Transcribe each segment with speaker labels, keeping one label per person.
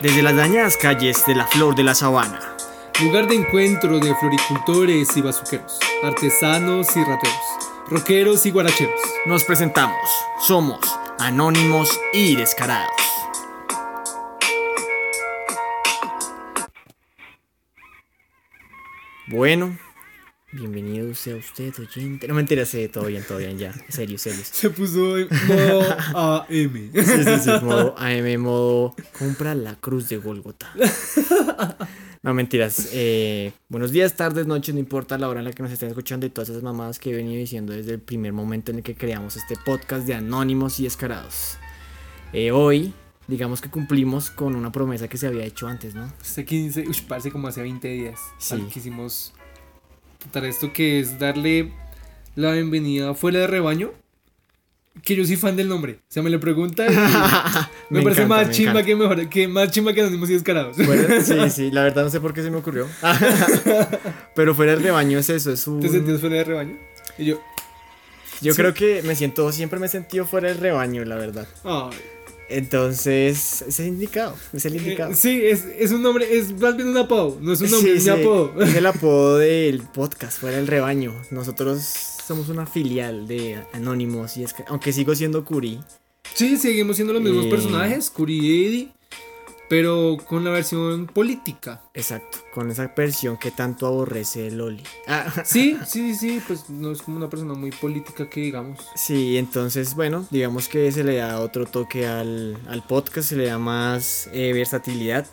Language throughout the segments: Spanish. Speaker 1: desde las dañadas calles de la flor de la sabana.
Speaker 2: Lugar de encuentro de floricultores y bazuqueros, artesanos y rateros, rockeros y guaracheros.
Speaker 1: Nos presentamos, somos anónimos y descarados. Bueno, bienvenido sea usted, oyente. No mentira, sí, todo bien, todo bien, ya. Serio, serio.
Speaker 2: Se puso en modo AM.
Speaker 1: Sí, sí, sí, modo AM, modo compra la cruz de Golgota. No, mentiras. Eh, buenos días, tardes, noches, no importa la hora en la que nos estén escuchando y todas esas mamadas que he venido diciendo desde el primer momento en el que creamos este podcast de Anónimos y Descarados. Eh, hoy, digamos que cumplimos con una promesa que se había hecho antes, ¿no?
Speaker 2: Este 15, uy, parece como hace 20 días.
Speaker 1: Sí.
Speaker 2: Al que hicimos tratar esto que es darle la bienvenida a Fuera de Rebaño. Que yo soy fan del nombre. O sea, me lo preguntan. y me, parece
Speaker 1: encanta,
Speaker 2: más
Speaker 1: me
Speaker 2: chimba
Speaker 1: encanta.
Speaker 2: que mejor, que más chimba que Anónimos y Descarados.
Speaker 1: Fuera- sí, sí, la verdad no sé por qué se me ocurrió. Pero fuera del rebaño es eso, es un...
Speaker 2: ¿Te sentías fuera de rebaño? Y yo,
Speaker 1: Yo
Speaker 2: Sí.
Speaker 1: creo que me siento, siempre me he sentido fuera del rebaño, la verdad.
Speaker 2: ay.
Speaker 1: Entonces, es el indicado, es el indicado.
Speaker 2: Eh, sí, es, es un nombre, es más bien un apodo. No es un nombre,
Speaker 1: Sí,
Speaker 2: es
Speaker 1: sí,
Speaker 2: un apodo.
Speaker 1: es el apodo del podcast, fuera del rebaño. Nosotros somos una filial de Anónimos y es que, aunque sigo siendo Curi,
Speaker 2: Sí, seguimos siendo los mismos
Speaker 1: Eh.
Speaker 2: personajes, Curi y Eddie, pero con la versión política.
Speaker 1: exacto, con esa versión que tanto aborrece Loli. Ah,
Speaker 2: Sí, sí, sí, pues no es como una persona muy política que digamos.
Speaker 1: sí, entonces, bueno, digamos que se le da otro toque al, al podcast, se le da más eh, versatilidad.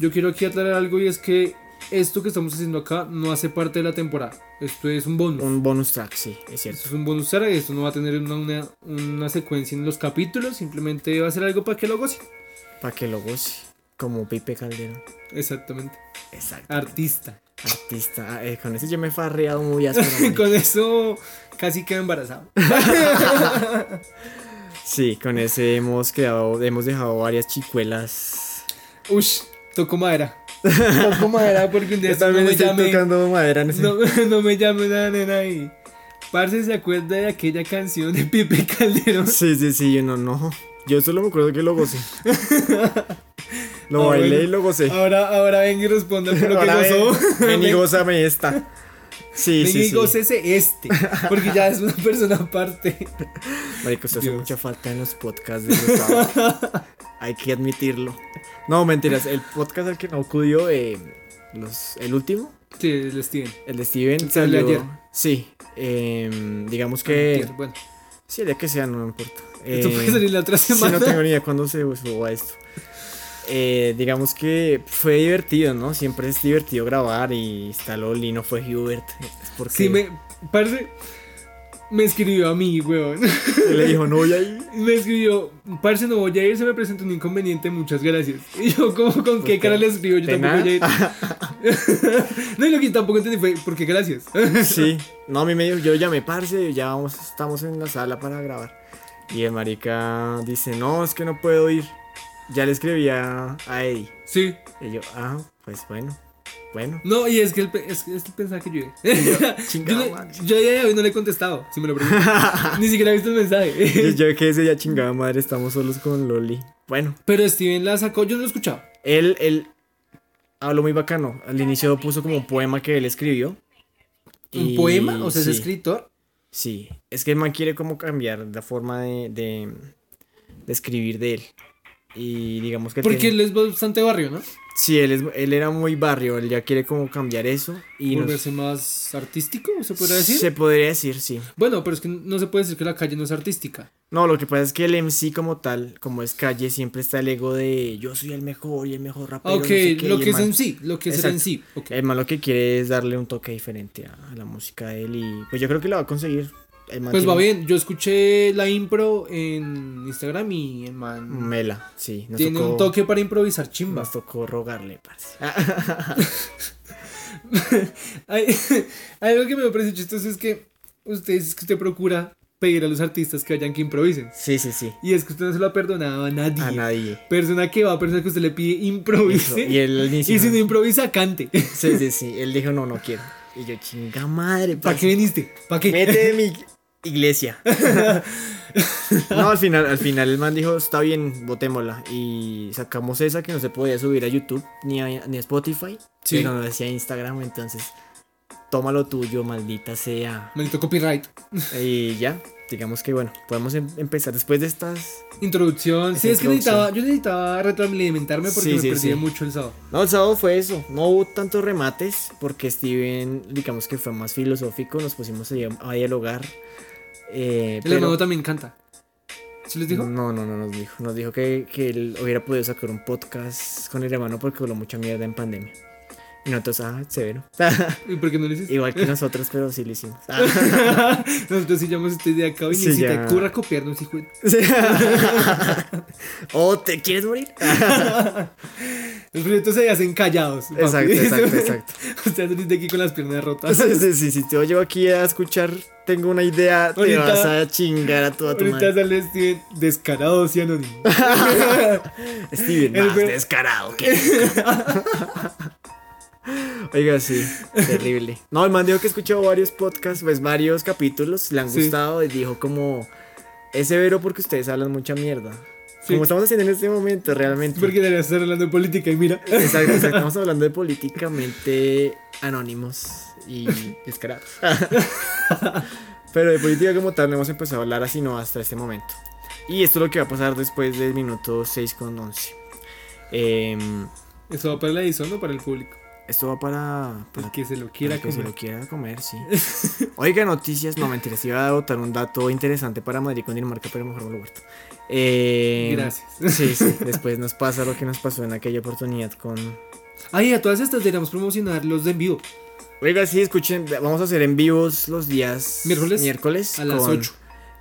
Speaker 2: Yo quiero aquí aclarar algo y es que esto que estamos haciendo acá no hace parte de la temporada. Esto es un bonus.
Speaker 1: Un bonus track, sí, es cierto.
Speaker 2: Esto es un bonus track, esto no va a tener una, una- una secuencia en los capítulos, simplemente va a ser algo para que lo gocen.
Speaker 1: Para que lo goce, como Pipe Calderón.
Speaker 2: Exactamente.
Speaker 1: Exacto.
Speaker 2: Artista.
Speaker 1: Artista. Ah, eh, con ese yo me he farreado muy áspero. marica.
Speaker 2: Con eso casi queda embarazado.
Speaker 1: Sí, con ese hemos quedado, hemos dejado varias chicuelas.
Speaker 2: Ush, toco madera. Toco madera porque un día estos no me llamen.
Speaker 1: madera en
Speaker 2: No, no me llame una nena y. Parce se acuerda de aquella canción de Pipe Calderón.
Speaker 1: Sí, sí, sí, yo no, no. Yo solo me acuerdo que lo gocé. Lo
Speaker 2: Ah,
Speaker 1: bailé
Speaker 2: bueno.
Speaker 1: y lo gocé.
Speaker 2: Ahora, ahora venga y responda por lo que
Speaker 1: Ahora ven,
Speaker 2: gozó.
Speaker 1: Ven y
Speaker 2: Ven-
Speaker 1: gózame esta. Sí,
Speaker 2: venga
Speaker 1: sí,
Speaker 2: y
Speaker 1: sí.
Speaker 2: gócese este. Porque ya es una persona aparte.
Speaker 1: Marico, usted hace
Speaker 2: Dios.
Speaker 1: mucha falta en los podcasts de los sábados. Hay que admitirlo. No, mentiras. El podcast al que no acudió, eh, los, el último,
Speaker 2: Sí, el Steven.
Speaker 1: el de Steven,
Speaker 2: que hablé
Speaker 1: salió.
Speaker 2: ayer. Ah,
Speaker 1: Sí, eh, digamos que.
Speaker 2: Bueno,
Speaker 1: Sí, el día que sea, no me importa.
Speaker 2: esto
Speaker 1: Eh,
Speaker 2: puede salir la otra
Speaker 1: Sí,
Speaker 2: semana.
Speaker 1: no tengo ni idea cuándo se suba esto. Eh, digamos que fue divertido, ¿no? Siempre es divertido grabar y está Loli, no fue Hubert. Es porque
Speaker 2: Sí, me. Parce. Me escribió a mí, weón.
Speaker 1: le dijo, no voy ahí.
Speaker 2: Me escribió, parce, no voy a ir, se me presenta un inconveniente, muchas gracias. Y yo, como ¿con qué
Speaker 1: Pues,
Speaker 2: cara le escribo? Yo
Speaker 1: de
Speaker 2: tampoco voy a ir. no, y lo que tampoco entendí fue, ¿por qué gracias?
Speaker 1: Sí, no, a mí me dijo, yo llamé parce, ya vamos, estamos en la sala para grabar. Y el marica dice, no, es que no puedo ir. Ya le escribí a, a Eddie.
Speaker 2: Sí.
Speaker 1: Y yo, ah, pues bueno, bueno.
Speaker 2: No, y es que él, pe- es, que- es que él pensaba que yo iba. Yo,
Speaker 1: Chingada
Speaker 2: le-
Speaker 1: madre.
Speaker 2: yo a día de hoy no le he contestado, si me lo preguntan. Ni siquiera he visto el
Speaker 1: Yo,
Speaker 2: mensaje.
Speaker 1: yo que ese ya chingada madre, estamos solos con Loli. Bueno,
Speaker 2: Pero Steven la sacó, yo no lo he escuchado.
Speaker 1: Él, él habló muy bacano. Al inicio puso como un poema que él escribió.
Speaker 2: ¿Un
Speaker 1: Y
Speaker 2: poema? O sea,
Speaker 1: sí,
Speaker 2: es escritor.
Speaker 1: Sí. Es que el man quiere como cambiar la forma de, de, de escribir de él. Y digamos que...
Speaker 2: Porque
Speaker 1: tiene-
Speaker 2: él es bastante barrio, ¿no?
Speaker 1: Sí, él, es- él era muy barrio. Él ya quiere como cambiar eso. Y nos-
Speaker 2: Volverse más artístico, se podría decir.
Speaker 1: Se podría decir, sí.
Speaker 2: Bueno, pero es que no se puede decir que la calle no es artística.
Speaker 1: No, lo que pasa es que el MC como tal, como es calle, siempre está el ego de yo soy el mejor y el mejor rapero. no
Speaker 2: ok,
Speaker 1: sé qué",
Speaker 2: lo
Speaker 1: y el
Speaker 2: que es
Speaker 1: man-
Speaker 2: en sí, lo que es
Speaker 1: Exacto.
Speaker 2: en sí. ok.
Speaker 1: El man lo que quiere es darle un toque diferente a, a la música de él y pues yo creo que lo va a conseguir. El man
Speaker 2: Pues
Speaker 1: tiene-
Speaker 2: va bien, yo escuché la impro en Instagram y el man
Speaker 1: Mela, sí. Nos
Speaker 2: tiene
Speaker 1: Mm, tocó,
Speaker 2: un toque para improvisar chimba.
Speaker 1: Nos tocó rogarle, parce.
Speaker 2: Hay, algo que me parece chistoso es que usted es que usted procura pedir a los artistas que vayan que improvisen.
Speaker 1: Sí, sí, sí.
Speaker 2: Y es que usted no se lo ha perdonado a nadie.
Speaker 1: A nadie.
Speaker 2: Persona que va, persona que usted le pide improvise.
Speaker 1: Y él ni
Speaker 2: y si no
Speaker 1: siquiera-
Speaker 2: improvisa, cante.
Speaker 1: Sí, sí, sí. Él dijo, no, no quiero. Y yo, chinga madre,
Speaker 2: ¿Para
Speaker 1: parce.
Speaker 2: qué viniste? ¿Para qué?
Speaker 1: Mete mi. Iglesia. no, al final, al final el man dijo, está bien, votémosla. Y sacamos esa que no se podía subir a YouTube ni a, ni a Spotify.
Speaker 2: Sí.
Speaker 1: Pero no decía Instagram, entonces. Tómalo tuyo, maldita sea.
Speaker 2: Maldito copyright.
Speaker 1: Y ya, digamos que bueno, podemos em- empezar después de estas.
Speaker 2: Introducción.
Speaker 1: Esa
Speaker 2: Sí, es que
Speaker 1: introducción.
Speaker 2: necesitaba, yo necesitaba retroalimentarme porque
Speaker 1: Sí,
Speaker 2: me
Speaker 1: sí,
Speaker 2: perdí
Speaker 1: sí.
Speaker 2: mucho el sábado.
Speaker 1: No, el sábado fue eso. No hubo tantos remates porque Steven, digamos que fue más filosófico. Nos pusimos ahí a, a dialogar. eh,
Speaker 2: El hermano también canta. ¿Sí les dijo?
Speaker 1: No, no, no nos dijo. Nos dijo que, que él hubiera podido sacar un podcast con el hermano porque voló mucha mierda en pandemia. Y nosotros, ah, severo.
Speaker 2: ¿Y por qué no le hiciste?
Speaker 1: Igual que nosotros, pero sí lo hicimos. Ah.
Speaker 2: Nosotros sí llevamos este día a cabo y
Speaker 1: Sí,
Speaker 2: ni si te
Speaker 1: ya.
Speaker 2: ocurra copiarnos, hijo. de-
Speaker 1: Sí. ¿O te quieres morir?
Speaker 2: Los proyectos se hacen callados. papi.
Speaker 1: Exacto, exacto, exacto.
Speaker 2: Ustedes salen de aquí con las piernas rotas.
Speaker 1: Sí, sí, sí, si yo llego aquí a escuchar, tengo una idea, te
Speaker 2: Ahorita-
Speaker 1: vas a chingar a toda tu
Speaker 2: Ahorita
Speaker 1: madre.
Speaker 2: sale Steven descarado y anónimo.
Speaker 1: Steven,
Speaker 2: el
Speaker 1: más
Speaker 2: güey-
Speaker 1: descarado que nunca. Oiga, sí, terrible. No, el man dijo que escuchó varios podcasts, pues varios capítulos, le han
Speaker 2: Sí.
Speaker 1: gustado y dijo como, es severo porque ustedes hablan mucha mierda.
Speaker 2: Sí.
Speaker 1: Como estamos haciendo en este momento, realmente.
Speaker 2: Porque deberías estar hablando de política y mira.
Speaker 1: Exacto, o sea, estamos hablando de políticamente anónimos y descarados. Pero de política como tal no hemos empezado a hablar así no hasta este momento. Y esto es lo que va a pasar después del minuto 6 con 11. Em,
Speaker 2: Eso va para la edición, no para el público.
Speaker 1: esto va para... para
Speaker 2: El que se lo quiera
Speaker 1: para que se
Speaker 2: comer.
Speaker 1: lo quiera comer, sí. Oiga, noticias, no mentiras, iba a botar un dato interesante para Madrid con Dinamarca, pero mejor lo guardo. Em,
Speaker 2: Gracias.
Speaker 1: Sí, sí, después nos pasa lo que nos pasó en aquella oportunidad con,
Speaker 2: Ay, a todas estas deberíamos promocionar los de en vivo.
Speaker 1: Oiga, sí, escuchen, vamos a hacer en vivos los días
Speaker 2: Miércoles,
Speaker 1: miércoles
Speaker 2: a las
Speaker 1: con
Speaker 2: 8.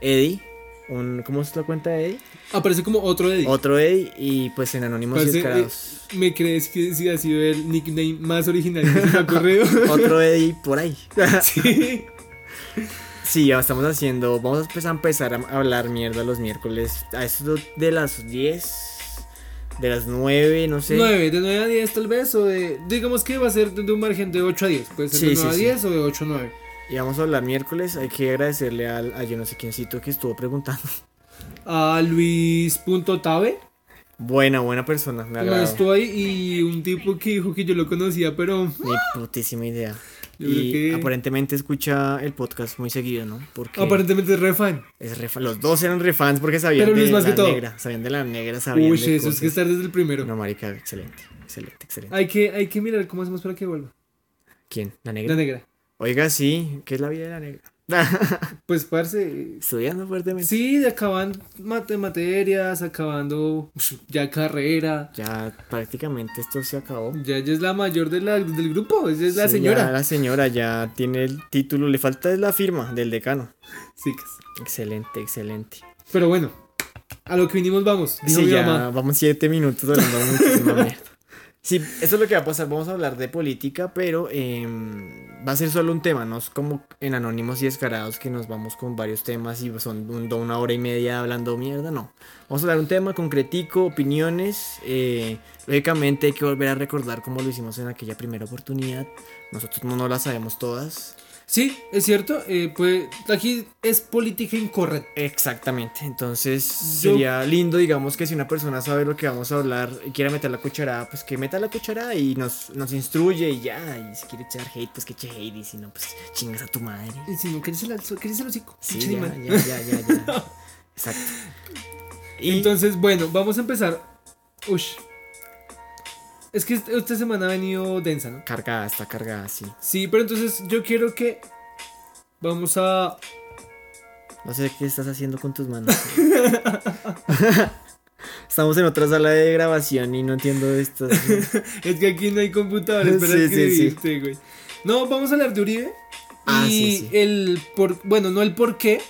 Speaker 1: Eddie. Un, ¿Cómo es la cuenta de Eddie?
Speaker 2: Aparece como otro de
Speaker 1: Otro Eddie y pues en Anónimos y
Speaker 2: Parece-
Speaker 1: Descarados.
Speaker 2: ¿Me crees que sí ha sido el nickname más original que se me ha ocurrido?
Speaker 1: Otro Eddie por ahí.
Speaker 2: sí.
Speaker 1: Sí, ya estamos haciendo, vamos pues, a empezar a, empezar a hablar mierda los miércoles. A esto de las 10, de las 9, no sé.
Speaker 2: 9, de 9 a 10 tal vez, o de... Digamos que va a ser de un margen de 8 a 10. Puede ser de
Speaker 1: Sí,
Speaker 2: 9
Speaker 1: sí,
Speaker 2: a
Speaker 1: sí.
Speaker 2: 10 o de 8 a 9.
Speaker 1: Y vamos a hablar miércoles. Hay que agradecerle al, a yo no sé quiéncito que estuvo preguntando.
Speaker 2: A Luis.tabe,
Speaker 1: Buena, buena persona, me
Speaker 2: como
Speaker 1: agradó.
Speaker 2: estuvo ahí, y un tipo que dijo que yo lo conocía, pero...
Speaker 1: Ni putísima idea.
Speaker 2: Yo
Speaker 1: y
Speaker 2: creo que-
Speaker 1: aparentemente escucha el podcast muy seguido, ¿no? Porque
Speaker 2: Aparentemente es re fan.
Speaker 1: es re fan- los dos eran refans porque sabían
Speaker 2: Pero
Speaker 1: de
Speaker 2: Luis más
Speaker 1: la
Speaker 2: que todo.
Speaker 1: negra. Sabían de la negra, sabían
Speaker 2: Uy,
Speaker 1: de
Speaker 2: eso es que
Speaker 1: cosas.
Speaker 2: estar desde el primero.
Speaker 1: No, marica, excelente, excelente, excelente.
Speaker 2: Hay, que, hay que mirar cómo hacemos para que vuelva.
Speaker 1: ¿Quién? ¿La negra?
Speaker 2: Ah, La negra.
Speaker 1: Oiga, sí, ¿qué es la vida de la negra?
Speaker 2: Pues, parce...
Speaker 1: Estudiando fuertemente.
Speaker 2: Sí, de acaban mate, materias, acabando ush, ya carrera.
Speaker 1: Ya prácticamente esto se acabó.
Speaker 2: Ya ella es la mayor de la- del grupo, ella es la
Speaker 1: Sí,
Speaker 2: señora.
Speaker 1: ya la señora ya tiene el título, le falta es la firma del decano.
Speaker 2: Sí, que es-
Speaker 1: Excelente, excelente.
Speaker 2: Pero bueno, a lo que vinimos vamos, dijo
Speaker 1: sí,
Speaker 2: mi
Speaker 1: ya
Speaker 2: mamá.
Speaker 1: vamos siete minutos hablando de muchísima mierda. Sí, eso es lo que va a pasar. Vamos a hablar de política, pero em, va a ser solo un tema, no es como en Anónimos y Descarados que nos vamos con varios temas y son un- de una hora y media hablando mierda, no. Vamos a hablar un tema concretico, opiniones. eh, lógicamente hay que volver a recordar cómo lo hicimos en aquella primera oportunidad. Nosotros no, no la sabemos todas.
Speaker 2: Sí, es cierto, eh, pues aquí es política incorrecta.
Speaker 1: Exactamente, entonces
Speaker 2: Yo-
Speaker 1: sería lindo, digamos, que si una persona sabe lo que vamos a hablar y quiera meter la cucharada, pues que meta la cucharada y nos, nos instruye y ya, y si quiere echar hate, pues que eche hate y si no, pues chingas a tu madre.
Speaker 2: Y si no, ¿qué dice el, qué dice el hocico?
Speaker 1: Sí,
Speaker 2: Pinche
Speaker 1: ya,
Speaker 2: animal.
Speaker 1: ya, ya, ya, ya. Exacto. Y
Speaker 2: Entonces, bueno, vamos a empezar. Ush. Es que este- esta semana ha venido densa, ¿no?
Speaker 1: cargada, está cargada, sí.
Speaker 2: Sí, pero entonces yo quiero que vamos a
Speaker 1: No sé qué estás haciendo con tus manos. Estamos en otra sala de grabación y no entiendo esto.
Speaker 2: Es que aquí no hay computadores para
Speaker 1: Sí, sí,
Speaker 2: escribirte, güey. No, vamos a hablar de Uribe.
Speaker 1: Ah,
Speaker 2: y
Speaker 1: sí, sí.
Speaker 2: el por, bueno, no el por qué,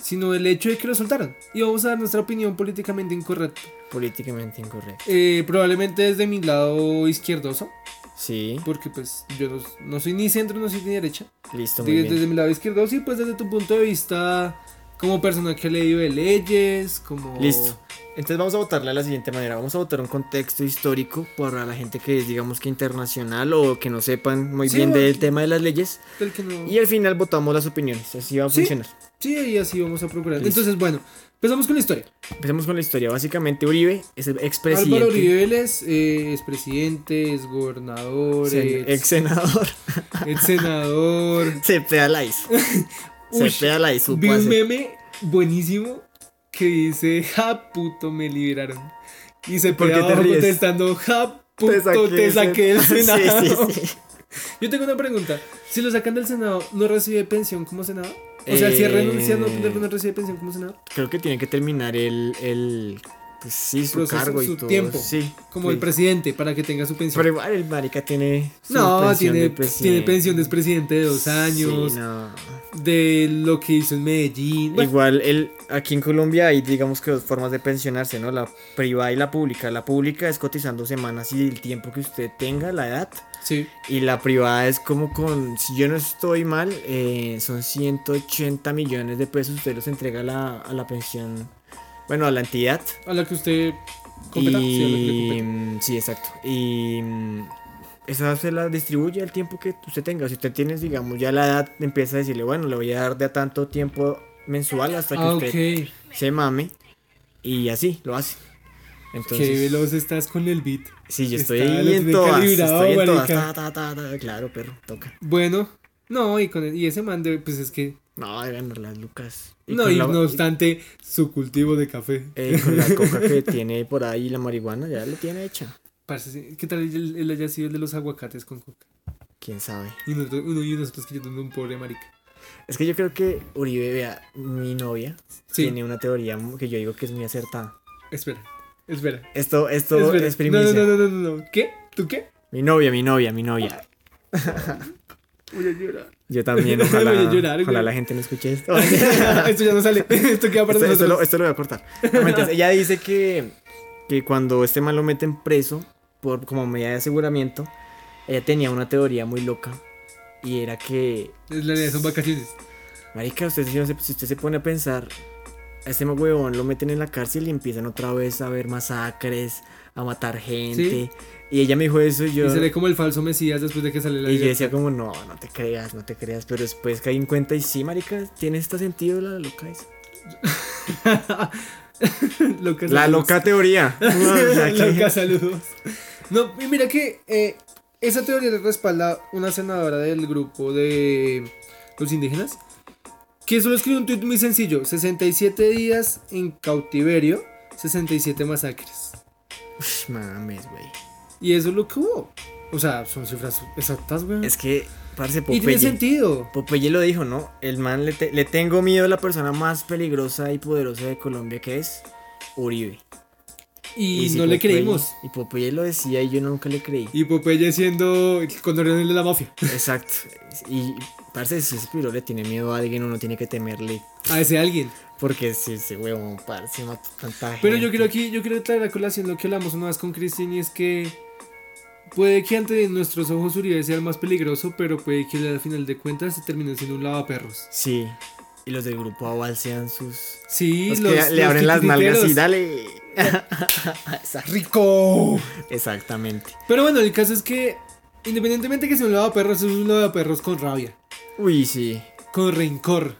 Speaker 2: sino el hecho de que lo soltaron. Y vamos a dar nuestra opinión políticamente incorrecta.
Speaker 1: Políticamente incorrecto.
Speaker 2: Eh, probablemente desde mi lado izquierdoso,
Speaker 1: Sí,
Speaker 2: porque pues yo no, no soy ni centro, no soy ni derecha.
Speaker 1: listo, muy
Speaker 2: Digo,
Speaker 1: bien.
Speaker 2: Desde mi lado izquierdoso y pues desde tu punto de vista como persona que ha leído de leyes, como
Speaker 1: Listo. Entonces vamos a votarla de la siguiente manera. Vamos a votar un contexto histórico para la gente que es, digamos que internacional o que no sepan muy
Speaker 2: Sí,
Speaker 1: bien
Speaker 2: bueno.
Speaker 1: del tema de las leyes.
Speaker 2: Tal que no-
Speaker 1: Y al final votamos las opiniones. Así va a
Speaker 2: Sí.
Speaker 1: funcionar.
Speaker 2: Sí, ahí así vamos a procurar.
Speaker 1: Listo.
Speaker 2: Entonces, bueno, empezamos con la historia.
Speaker 1: Empecemos con la historia. Básicamente Uribe es el
Speaker 2: Álvaro
Speaker 1: expresidente.
Speaker 2: Uribe Vélez, eh, es presidente, es gobernador,
Speaker 1: sen-
Speaker 2: es
Speaker 1: Ex senador.
Speaker 2: ex senador.
Speaker 1: Se pega la hizo. Se
Speaker 2: Uy,
Speaker 1: pega la hizo.
Speaker 2: Vi un meme buenísimo que dice, ja puto, me liberaron. Y se
Speaker 1: ¿Por qué
Speaker 2: pegaba
Speaker 1: te
Speaker 2: abajo
Speaker 1: ríes?
Speaker 2: contestando, ja puto, te saqué del Senado.
Speaker 1: Sí, sí, sí.
Speaker 2: Yo tengo una pregunta. Si lo sacan del Senado, ¿no recibe pensión como Senado? O sea, si
Speaker 1: Eh,
Speaker 2: renuncia, ¿no, no recibe pensión como Senado?
Speaker 1: Creo que tiene que terminar el. el pues sí, su
Speaker 2: Proceso,
Speaker 1: cargo
Speaker 2: su
Speaker 1: y todo.
Speaker 2: tiempo.
Speaker 1: Sí.
Speaker 2: Como
Speaker 1: sí.
Speaker 2: el presidente, para que tenga su pensión.
Speaker 1: Pero igual el marica tiene. pues, su
Speaker 2: no,
Speaker 1: pensión
Speaker 2: tiene,
Speaker 1: de
Speaker 2: tiene pensión de presidente de dos
Speaker 1: Sí,
Speaker 2: años,
Speaker 1: no.
Speaker 2: de lo que hizo en Medellín. Bueno,
Speaker 1: Igual el, aquí en Colombia hay digamos que dos formas de pensionarse, ¿no? La privada y la pública. La pública es cotizando semanas y el tiempo que usted tenga, la edad.
Speaker 2: sí.
Speaker 1: Y la privada es como con, si yo no estoy mal, eh, son 180 millones de pesos, usted los entrega a la, a la pensión, bueno, a la entidad.
Speaker 2: A la que usted competa. sí, a la que le
Speaker 1: Y,
Speaker 2: competa.
Speaker 1: mm, sí, exacto. Y mm, esa se la distribuye el tiempo que usted tenga. Si usted tiene, digamos, ya la edad, empieza a decirle, bueno, le voy a dar de a tanto tiempo mensual hasta que
Speaker 2: Ah,
Speaker 1: usted
Speaker 2: ok.
Speaker 1: se mame. Y así lo hace.
Speaker 2: Qué
Speaker 1: Entonces,
Speaker 2: veloz estás con el beat.
Speaker 1: sí, yo estoy
Speaker 2: está, lo
Speaker 1: en
Speaker 2: tiene
Speaker 1: todas.
Speaker 2: calibrado,
Speaker 1: Estoy en todas.
Speaker 2: marica.
Speaker 1: Ta, ta, ta, ta, claro, perro, toca.
Speaker 2: Bueno, no, y, con el- y ese man, de- pues es que.
Speaker 1: No, de ganar las lucas.
Speaker 2: no,
Speaker 1: con
Speaker 2: y
Speaker 1: la-
Speaker 2: no obstante, su cultivo de café.
Speaker 1: eh, con la coca que tiene por ahí, la marihuana, ya la tiene hecha.
Speaker 2: Parce, sí, ¿Qué tal él, él haya sido el de los aguacates con coca?
Speaker 1: Quién sabe.
Speaker 2: Y nosotros, uno y nosotros que yo tengo un pobre marica.
Speaker 1: Es que yo creo que Uribe, vea, mi novia,
Speaker 2: Sí,
Speaker 1: tiene una teoría mu- que yo digo que es muy acertada.
Speaker 2: espera, espera.
Speaker 1: Esto, esto
Speaker 2: espera.
Speaker 1: es primicia.
Speaker 2: No, no, no, no, no, no. ¿Qué? ¿Tú qué?
Speaker 1: Mi novia, mi novia, mi novia.
Speaker 2: Voy a llorar.
Speaker 1: Yo también,
Speaker 2: Voy a
Speaker 1: ojalá,
Speaker 2: llorar,
Speaker 1: ojalá
Speaker 2: güey.
Speaker 1: la gente no escuche esto.
Speaker 2: esto ya no sale. Esto queda para
Speaker 1: esto, esto
Speaker 2: nosotros.
Speaker 1: lo, esto lo voy a cortar. No, mentiras, ella dice que, que cuando este man lo meten preso por, como medida de aseguramiento, ella tenía una teoría muy loca. Y era que,
Speaker 2: Es la idea, son vacaciones.
Speaker 1: marica, usted, si, no se- si usted se pone a pensar, a este huevón lo meten en la cárcel y empiezan otra vez a ver masacres, a matar gente.
Speaker 2: Sí.
Speaker 1: Y ella me dijo eso y yo...
Speaker 2: Y seré como el falso Mesías después de que sale la
Speaker 1: Y yo
Speaker 2: idea.
Speaker 1: decía como, no, no te creas, no te creas, pero después caí en cuenta y sí, marica, tiene este sentido la loca esa.
Speaker 2: Loca
Speaker 1: La
Speaker 2: saludos.
Speaker 1: loca teoría. O sea, que-
Speaker 2: Loca, saludos. No, y mira que eh, esa teoría la respalda una senadora del grupo de los indígenas, que solo escribió un tuit muy sencillo, 67 días en cautiverio, 67 masacres.
Speaker 1: Ush, mames, güey.
Speaker 2: Y eso es lo que hubo. O sea, son cifras exactas, güey.
Speaker 1: Es que, parce,
Speaker 2: y tiene
Speaker 1: Popeye.
Speaker 2: sentido.
Speaker 1: Popeye lo dijo, ¿no? El man le, te- le tengo miedo a la persona más peligrosa y poderosa de Colombia que es Uribe.
Speaker 2: Y,
Speaker 1: si
Speaker 2: no le
Speaker 1: Popeye-
Speaker 2: creímos.
Speaker 1: Y Popeye lo decía y yo nunca le creí.
Speaker 2: Y Popeye siendo el condoleón de la mafia.
Speaker 1: Exacto. Y parce, si ese piro le tiene miedo a alguien, uno tiene que temerle.
Speaker 2: A ese alguien.
Speaker 1: Porque si ese huevón, parce, mató tanta gente.
Speaker 2: Pero yo creo que yo quiero traer a colación lo que hablamos una vez con Cristín y es que puede que ante nuestros ojos Uribe sea el más peligroso, pero puede que al final de cuentas se termine siendo un lavaperros.
Speaker 1: Sí. Y los del grupo Aval sean sus.
Speaker 2: Sí,
Speaker 1: los
Speaker 2: los,
Speaker 1: que le
Speaker 2: los
Speaker 1: abren las nalgas y
Speaker 2: titiriteros.
Speaker 1: dale. Exact-
Speaker 2: rico.
Speaker 1: Exactamente.
Speaker 2: Pero bueno, el caso es que independientemente que sea un lavaperros, es un lavaperros con rabia,
Speaker 1: Uy, sí.
Speaker 2: con rencor,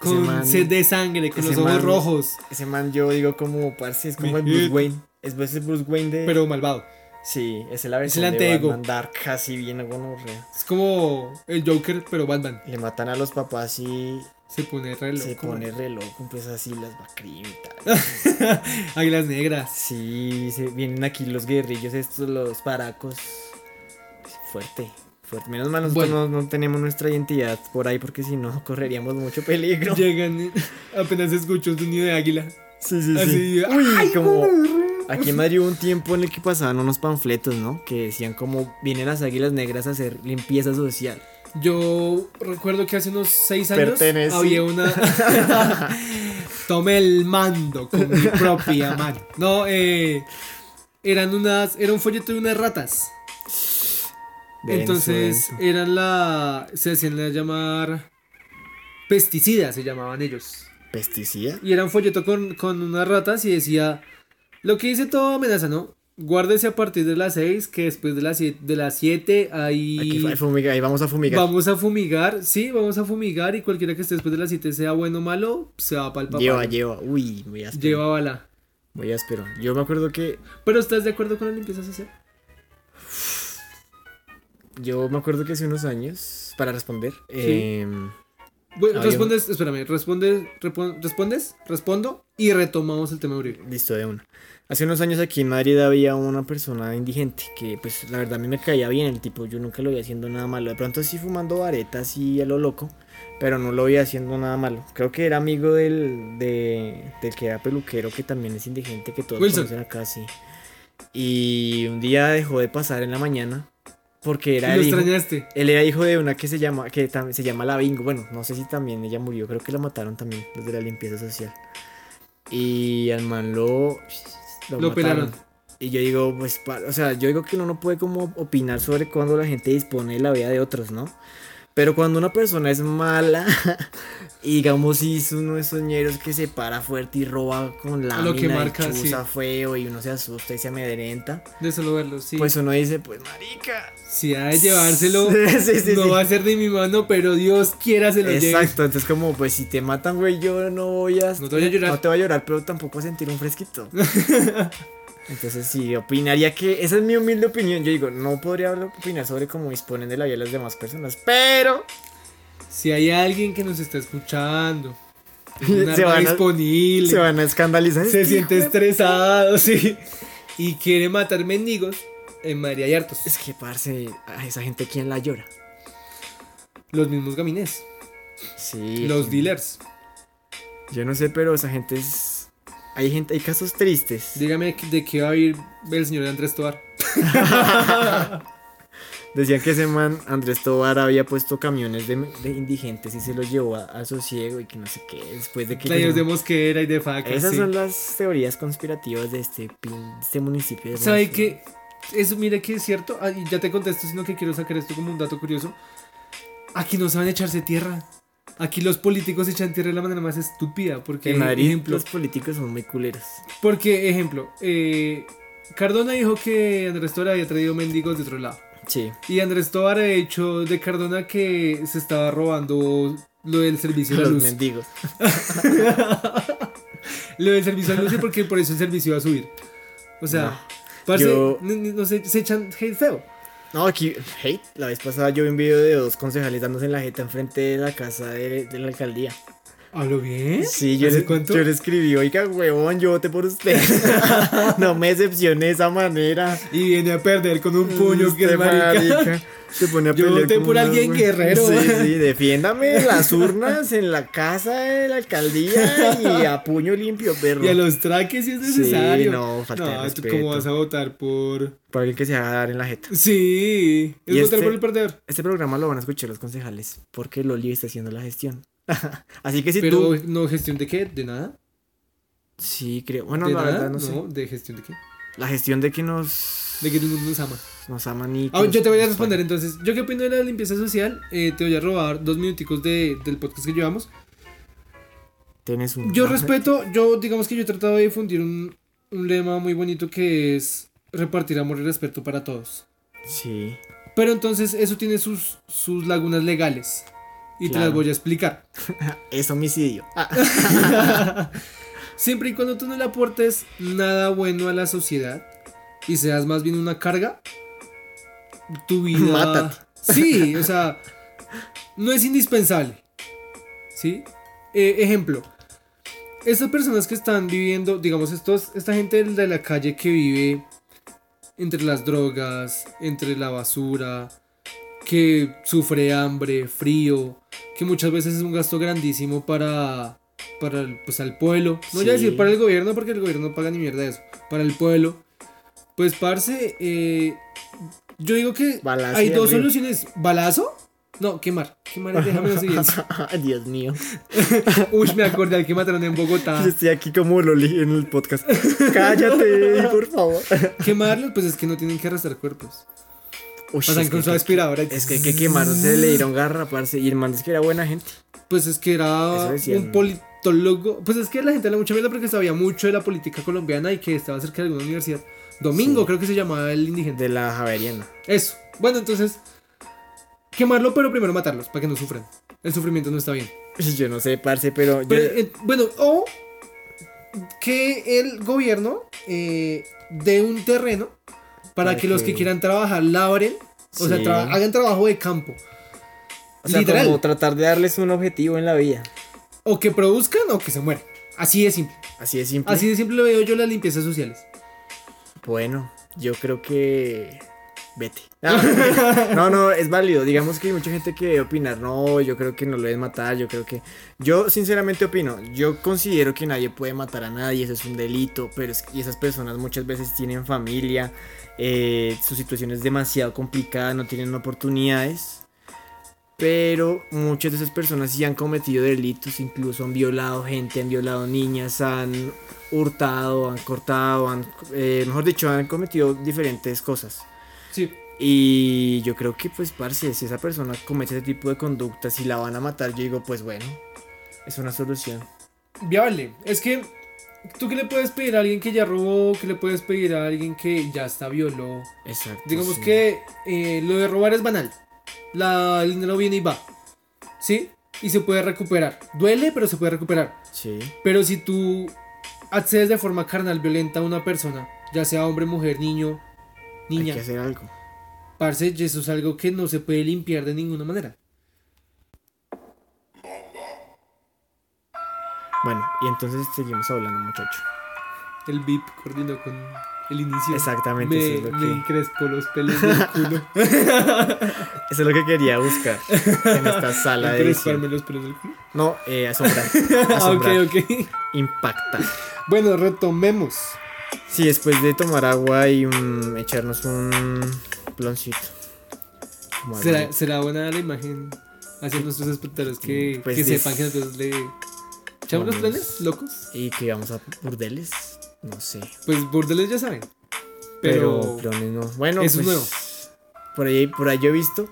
Speaker 2: con
Speaker 1: man-
Speaker 2: sed de sangre, con
Speaker 1: ese
Speaker 2: los ojos
Speaker 1: man-
Speaker 2: rojos,
Speaker 1: Ese man, yo digo como parce, es como el
Speaker 2: Mi
Speaker 1: Bruce
Speaker 2: hit.
Speaker 1: Wayne. Es ese Bruce Wayne de.
Speaker 2: pero malvado.
Speaker 1: sí, es la versión
Speaker 2: el
Speaker 1: de
Speaker 2: anteego.
Speaker 1: Batman Dark, casi bien gonorrea.
Speaker 2: Es como el Joker, pero Batman.
Speaker 1: Le matan a los papás y
Speaker 2: Se pone re loco.
Speaker 1: se pone
Speaker 2: man.
Speaker 1: reloj, empieza así las vacrimitas.
Speaker 2: Águilas negras.
Speaker 1: Sí, se vienen aquí los guerrillos, estos, los paracos. Fuerte, fuerte. Menos mal nosotros
Speaker 2: Bueno.
Speaker 1: no, no tenemos nuestra identidad por ahí porque si no correríamos mucho peligro.
Speaker 2: Llegan, eh, apenas escucho un sonido de águila.
Speaker 1: Sí, sí,
Speaker 2: Así,
Speaker 1: Uy,
Speaker 2: ¡ay,
Speaker 1: como
Speaker 2: güey!
Speaker 1: aquí en Madrid hubo un tiempo en el que pasaban unos panfletos, ¿no? Que decían como vienen las águilas negras a hacer limpieza social.
Speaker 2: Yo recuerdo que hace unos seis años
Speaker 1: Pertenecí.
Speaker 2: había una. Tomé el mando con mi propia mano. No, eh, eran unas. Era un folleto de unas ratas.
Speaker 1: Denso,
Speaker 2: Entonces
Speaker 1: denso.
Speaker 2: eran la. Se hacían la llamar. Pesticidas se llamaban ellos.
Speaker 1: pesticida.
Speaker 2: Y era un folleto con, con unas ratas y decía Lo que dice todo amenaza, ¿no? Guárdese a partir de las 6, que después de las 7, de las 7 ahí...
Speaker 1: Hay que fu- fumigar, ahí vamos a fumigar.
Speaker 2: Vamos a fumigar, sí, vamos a fumigar y cualquiera que esté después de las 7 sea bueno o malo, se va para el papá.
Speaker 1: lleva, lleva. Uy, muy áspero.
Speaker 2: Lleva bala.
Speaker 1: Muy áspero. Yo me acuerdo que.
Speaker 2: Pero ¿estás de acuerdo con la limpieza social?
Speaker 1: Yo me acuerdo que hace unos años, para responder. em,
Speaker 2: Bueno,
Speaker 1: Ah,
Speaker 2: respondes, espérame, respondes, repon- respondes, respondo y retomamos el tema de Uribe.
Speaker 1: Listo, de una. Hace unos años aquí en Madrid había una persona indigente que, pues, la verdad a mí me caía bien el tipo. Yo nunca lo vi haciendo nada malo. De pronto sí fumando varetas y a lo loco, pero no lo vi haciendo nada malo. Creo que era amigo del, de- del que era peluquero, que también es indigente, que todos
Speaker 2: Wilson.
Speaker 1: conocen acá, sí. Y un día dejó de pasar en la mañana porque
Speaker 2: Y
Speaker 1: era
Speaker 2: lo
Speaker 1: el hijo-
Speaker 2: extrañaste.
Speaker 1: él era hijo de una que se llama, que tam- se llama la Bingo. Bueno, no sé si también ella murió, creo que la mataron también, desde la limpieza social. Y al man lo.
Speaker 2: Lo pelaron.
Speaker 1: Y yo digo, pues, pa- o sea, yo digo que uno no puede como opinar sobre cuando la gente dispone de la vida de otros, ¿no? Pero cuando una persona es mala, y digamos, si es uno de esos ñeros que se para fuerte y roba con la
Speaker 2: Lo que marca, sí.
Speaker 1: feo y uno se asusta y se amedrenta,
Speaker 2: De solo verlo, sí.
Speaker 1: pues uno dice, pues, marica.
Speaker 2: si ha de llevárselo,
Speaker 1: Sí, sí,
Speaker 2: no
Speaker 1: sí.
Speaker 2: va a ser de mi mano, pero Dios quiera se lo lleve.
Speaker 1: Exacto, entonces como pues si te matan, güey, yo no voy a...
Speaker 2: No te voy a llorar.
Speaker 1: No te voy a llorar, pero tampoco a sentir un fresquito. entonces sí, opinaría que... Esa es mi humilde opinión. Yo digo, no podría hablar- opinar sobre cómo disponen de la vida las demás personas, pero...
Speaker 2: Si hay alguien que nos está escuchando, tiene un
Speaker 1: Se
Speaker 2: arma
Speaker 1: van, a,
Speaker 2: disponible,
Speaker 1: se van a escandalizar.
Speaker 2: se
Speaker 1: Es que-
Speaker 2: siente este- estresado, sí, y quiere matar mendigos, en María y hartos.
Speaker 1: Es que, parce, a esa gente, ¿quién la llora?
Speaker 2: Los mismos gamines,
Speaker 1: Sí.
Speaker 2: los dealers.
Speaker 1: Yo no sé, pero esa gente es... Hay gente, hay casos tristes.
Speaker 2: Dígame de qué va a ir el señor Andrés Tobar.
Speaker 1: Decían que ese man, Andrés Tobar, había puesto camiones de, de indigentes y se los llevó a- al sosiego y que no sé qué, después de que...
Speaker 2: Talleres de Mosquera y de Facas.
Speaker 1: pues, Esas
Speaker 2: sí.
Speaker 1: son las teorías conspirativas de este, pin- este municipio. de
Speaker 2: ¿Sabe
Speaker 1: Monza.
Speaker 2: qué? Eso, mira que es cierto. ah, y ya te contesto, sino que quiero sacar esto como un dato curioso. Aquí no saben echarse tierra. Aquí los políticos echan tierra de la manera más estúpida. Porque,
Speaker 1: En Madrid
Speaker 2: ejemplo,
Speaker 1: los políticos son muy culeros.
Speaker 2: porque, ejemplo eh, Cardona dijo que Andrés Tobar había traído mendigos de otro lado.
Speaker 1: Sí.
Speaker 2: Y Andrés Tobar ha hecho de Cardona que se estaba robando lo del servicio de la
Speaker 1: los
Speaker 2: luz.
Speaker 1: mendigos.
Speaker 2: Lo del servicio a luz y porque por eso el servicio iba a subir. O sea, parce,
Speaker 1: yo-
Speaker 2: n- n- no sé, se echan hate feo.
Speaker 1: No, aquí, hate, la vez pasada yo vi un video de dos concejales dándose en la jeta enfrente de la casa de, de la alcaldía.
Speaker 2: ¿Hablo bien?
Speaker 1: Sí, yo
Speaker 2: ¿Hace
Speaker 1: le,
Speaker 2: cuánto?
Speaker 1: yo le escribí, oiga, huevón, yo voté por usted. no me decepcioné de esa manera.
Speaker 2: Y viene a perder con un puño que
Speaker 1: Este
Speaker 2: es marica.
Speaker 1: Se pone a
Speaker 2: Yo
Speaker 1: pelear
Speaker 2: voté
Speaker 1: como
Speaker 2: por
Speaker 1: una
Speaker 2: alguien
Speaker 1: güey.
Speaker 2: guerrero.
Speaker 1: Sí, sí, defiéndame en las urnas, en la casa de la alcaldía y a puño limpio, perro.
Speaker 2: Y a los traques si es
Speaker 1: Sí,
Speaker 2: necesario.
Speaker 1: no, falta de
Speaker 2: No, ¿tú
Speaker 1: respeto.
Speaker 2: cómo vas a votar por...?
Speaker 1: Para alguien que se haga dar en la jeta.
Speaker 2: Sí, es
Speaker 1: ¿Y
Speaker 2: votar
Speaker 1: este?
Speaker 2: por el perder.
Speaker 1: Este programa lo van a escuchar los concejales porque Loli está haciendo la gestión. Así que si
Speaker 2: Pero
Speaker 1: tú...
Speaker 2: no gestión de qué, de nada.
Speaker 1: Sí, creo... Bueno,
Speaker 2: de
Speaker 1: la
Speaker 2: nada,
Speaker 1: verdad, no, sé.
Speaker 2: de gestión de qué.
Speaker 1: La gestión de que nos...
Speaker 2: De que todo el mundo nos ama.
Speaker 1: Nos aman y...
Speaker 2: Ah,
Speaker 1: que
Speaker 2: yo te voy a
Speaker 1: nos-
Speaker 2: responder entonces. ¿Yo qué opino de la limpieza social? Eh, te voy a robar dos minuticos de, del podcast que llevamos.
Speaker 1: Tienes un...
Speaker 2: Yo respeto, yo digamos que yo he tratado de difundir un, un lema muy bonito que es repartir amor y respeto para todos.
Speaker 1: Sí.
Speaker 2: Pero entonces eso tiene sus, sus lagunas legales. Y te
Speaker 1: Claro.
Speaker 2: las voy a explicar.
Speaker 1: Es homicidio.
Speaker 2: Siempre y cuando tú no le aportes nada bueno a la sociedad y seas más bien una carga, tu vida...
Speaker 1: Mátate.
Speaker 2: Sí, o sea, no es indispensable. ¿Sí? Eh, ejemplo. Estas personas que están viviendo, digamos, estos, esta gente de la calle que vive entre las drogas, entre la basura, que sufre hambre, frío, que muchas veces es un gasto grandísimo para, para el, pues, al pueblo. No voy a
Speaker 1: Sí.
Speaker 2: decir para el gobierno, porque el gobierno no paga ni mierda de eso. Para el pueblo. Pues, parce, eh, yo digo que
Speaker 1: Balazo y
Speaker 2: hay
Speaker 1: al
Speaker 2: dos
Speaker 1: río.
Speaker 2: soluciones. ¿Balazo? No, quemar. Quemar es déjame los siguientes.
Speaker 1: Dios mío.
Speaker 2: Uy, me acordé al que mataron en Bogotá.
Speaker 1: Estoy aquí como Loli en el podcast. Cállate, por favor.
Speaker 2: Quemarlos, pues es que no tienen que arrastrar cuerpos. Pasan con su aspiradora. y-
Speaker 1: Pues Es que hay que quemar, se le dieron garra, parce. Y el man es que era buena gente.
Speaker 2: Pues es que era
Speaker 1: Eso decían.
Speaker 2: un poli- politólogo. Pues es que la gente habla mucha mierda porque sabía mucho de la política colombiana y que estaba cerca de alguna universidad. Domingo,
Speaker 1: Sí.
Speaker 2: creo que se llamaba el indigente.
Speaker 1: De la Javeriana.
Speaker 2: Eso. Bueno, entonces. Quemarlo, pero primero matarlos, para que no sufran. El sufrimiento no está bien.
Speaker 1: Pues Yo no sé, parce, pero. yo-
Speaker 2: Pero, eh, bueno, o que el gobierno eh, dé un terreno para
Speaker 1: Para
Speaker 2: que los que
Speaker 1: que-
Speaker 2: quieran trabajar labren, o sea,
Speaker 1: Sí.
Speaker 2: traba- hagan trabajo de campo.
Speaker 1: o sea,
Speaker 2: literal.
Speaker 1: como tratar de darles un objetivo en la vida.
Speaker 2: O que produzcan o que se mueran. Así de simple.
Speaker 1: Así de simple.
Speaker 2: Así de simple lo veo yo las limpiezas sociales.
Speaker 1: Bueno, yo creo que. Vete. Ah, No, no, es válido. Digamos que hay mucha gente que debe opinar. No, yo creo que no lo deben matar. Yo creo que. Yo, sinceramente, opino. Yo considero que nadie puede matar a nadie. Eso es un delito. Pero es- y esas personas muchas veces tienen familia. eh, su situación es demasiado complicada. No tienen oportunidades. Pero muchas de esas personas sí han cometido delitos, incluso han violado gente, han violado niñas, han hurtado, han cortado, han, eh, mejor dicho, han cometido diferentes cosas.
Speaker 2: Sí.
Speaker 1: Y yo creo que, pues, parce, si esa persona comete ese tipo de conductas y la van a matar, yo digo, pues bueno, es una solución.
Speaker 2: Viable. Es que, ¿tú qué le puedes pedir a alguien que ya robó? ¿Qué le puedes pedir a alguien que ya está violó?
Speaker 1: Exacto.
Speaker 2: Digamos
Speaker 1: sí.
Speaker 2: que eh, lo de robar es banal. La, el dinero viene y va. ¿Sí? Y se puede recuperar. Duele, pero se puede recuperar.
Speaker 1: Sí,
Speaker 2: Pero si tú accedes de forma carnal, violenta a una persona, ya sea hombre, mujer, niño,
Speaker 1: hay que
Speaker 2: niña,
Speaker 1: hacer algo.
Speaker 2: parce, y eso es algo que no se puede limpiar de ninguna manera.
Speaker 1: Bueno, y entonces seguimos hablando, muchacho.
Speaker 2: El VIP coordinó con el inicio.
Speaker 1: Exactamente,
Speaker 2: Me,
Speaker 1: eso es lo
Speaker 2: me
Speaker 1: que-
Speaker 2: encrespó los pelos del culo.
Speaker 1: Eso es lo que quería buscar en esta sala de
Speaker 2: Encresparme
Speaker 1: edición.
Speaker 2: los pelos del culo.
Speaker 1: No, eh, asombrar.
Speaker 2: Ah, ok,
Speaker 1: asombrar
Speaker 2: ok.
Speaker 1: Impactar.
Speaker 2: Bueno, retomemos.
Speaker 1: Sí, después de tomar agua y mm, echarnos un ploncito. Como
Speaker 2: ¿Será,
Speaker 1: algo-
Speaker 2: será buena la imagen hacia nuestros espectadores que,
Speaker 1: Pues
Speaker 2: que
Speaker 1: sí.
Speaker 2: sepan que nosotros le echamos
Speaker 1: Vamos.
Speaker 2: los planes locos.
Speaker 1: Y que vamos a burdeles. No sé.
Speaker 2: Pues burdeles ya saben.
Speaker 1: Pero,
Speaker 2: Pero,
Speaker 1: plones no. Bueno,
Speaker 2: eso
Speaker 1: pues,
Speaker 2: es nuevo.
Speaker 1: Por ahí, por ahí yo he visto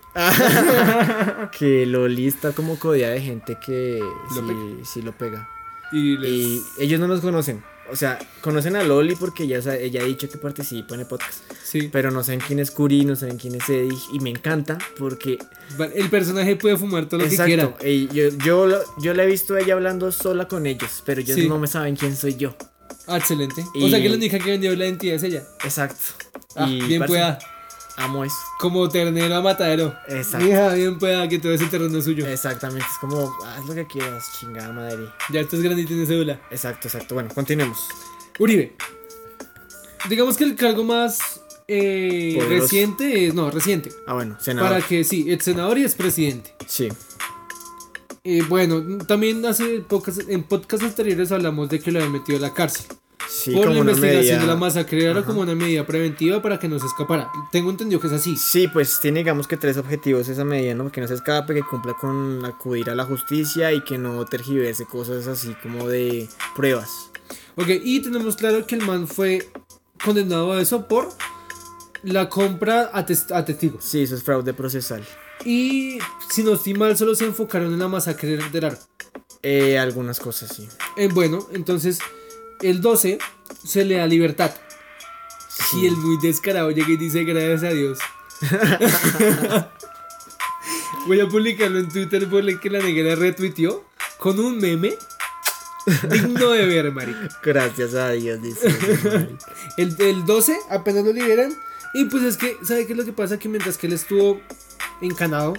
Speaker 1: que Loli está como codea de gente que
Speaker 2: Lo
Speaker 1: sí, sí lo pega.
Speaker 2: y les-
Speaker 1: Y ellos no nos conocen. O sea, conocen a Loli porque ella, sa- ella ha dicho que participa en el podcast.
Speaker 2: sí.
Speaker 1: Pero no saben quién es Curi, no saben quién es Eddie. Y me encanta porque
Speaker 2: Va- El personaje puede fumar todo lo que quiera.
Speaker 1: ey, yo, yo, lo- yo la he visto a ella hablando sola con ellos, pero ellos
Speaker 2: Sí.
Speaker 1: no me saben quién soy yo.
Speaker 2: Ah, excelente. O
Speaker 1: Y-
Speaker 2: sea que la única que vendió la entidad es ella.
Speaker 1: Exacto.
Speaker 2: Ah, bien
Speaker 1: parce,
Speaker 2: pueda.
Speaker 1: Amo eso.
Speaker 2: Como ternero a matadero.
Speaker 1: Exacto.
Speaker 2: Mija, bien pueda que todo ese terreno es suyo.
Speaker 1: Exactamente. Es como, haz lo que quieras, chingada madre.
Speaker 2: Ya estás grande y tienes cédula.
Speaker 1: Exacto, exacto. Bueno, continuemos.
Speaker 2: Uribe. Digamos que el cargo más eh,
Speaker 1: Poderoso.
Speaker 2: reciente es. No, reciente.
Speaker 1: Ah, bueno,
Speaker 2: Para
Speaker 1: senador.
Speaker 2: que sí, el senador y es presidente.
Speaker 1: Sí,
Speaker 2: Eh, bueno, también hace pocas, en podcast anteriores hablamos de que lo habían metido a la cárcel
Speaker 1: sí,
Speaker 2: por la
Speaker 1: como una
Speaker 2: investigación
Speaker 1: medida-
Speaker 2: de la masacre era
Speaker 1: Ajá.
Speaker 2: como una medida preventiva para que no se escapara. Tengo entendido que es así.
Speaker 1: Sí, pues tiene, digamos que tres objetivos esa medida, ¿no? Que no se escape, que cumpla con acudir a la justicia y que no tergiverse cosas así como de pruebas.
Speaker 2: Ok, y tenemos claro que el man fue condenado a eso por la compra a, tes- a testigos.
Speaker 1: Sí, eso es fraude procesal.
Speaker 2: Y si no estoy mal, solo se enfocaron en la masacre del Aro.
Speaker 1: Eh, algunas cosas, sí.
Speaker 2: Eh, bueno, entonces el 12 se le da libertad.
Speaker 1: Sí.
Speaker 2: Y el muy descarado llega y dice gracias a Dios. Voy a publicarlo en Twitter por el que la negra retuiteó con un meme digno de ver, marica.
Speaker 1: Gracias a Dios, dice. marica.
Speaker 2: El, el 12 apenas lo liberan. Y pues es que, ¿sabe qué es lo que pasa? Que mientras que él estuvo encanado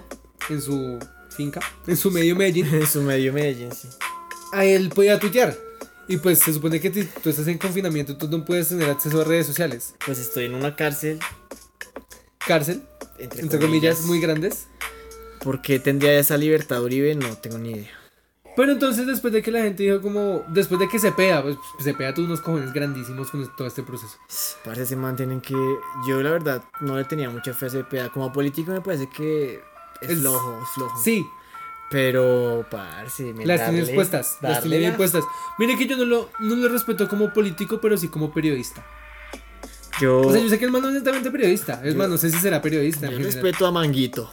Speaker 2: en su finca, en su medio Medellín,
Speaker 1: en su medio Medellín, sí.
Speaker 2: a él podía tuitear. Y pues se supone que ti- tú estás en confinamiento, tú no puedes tener acceso a redes sociales.
Speaker 1: Pues estoy en una cárcel,
Speaker 2: Cárcel,
Speaker 1: entre,
Speaker 2: entre comillas, muy grandes.
Speaker 1: ¿Por qué tendría esa libertad Uribe? No tengo ni idea.
Speaker 2: Pero entonces después de que la gente dijo como, después de que se pega, pues se pega tuvo unos cojones grandísimos con todo este proceso.
Speaker 1: Parece se mantienen que. Yo, la verdad, no le tenía mucha fe a CPA. Como político, me parece que. Es,
Speaker 2: Es-
Speaker 1: flojo, es flojo.
Speaker 2: Sí,
Speaker 1: Pero, parce, me
Speaker 2: las tiene
Speaker 1: darle-
Speaker 2: bien puestas, las
Speaker 1: darle
Speaker 2: tiene bien
Speaker 1: la-
Speaker 2: puestas. Mire que yo no lo, no lo respeto como político, pero sí como periodista.
Speaker 1: Yo,
Speaker 2: O sea, yo sé que el man no es netamente periodista, es más, no sé si será periodista.
Speaker 1: yo
Speaker 2: en general.
Speaker 1: respeto a Manguito.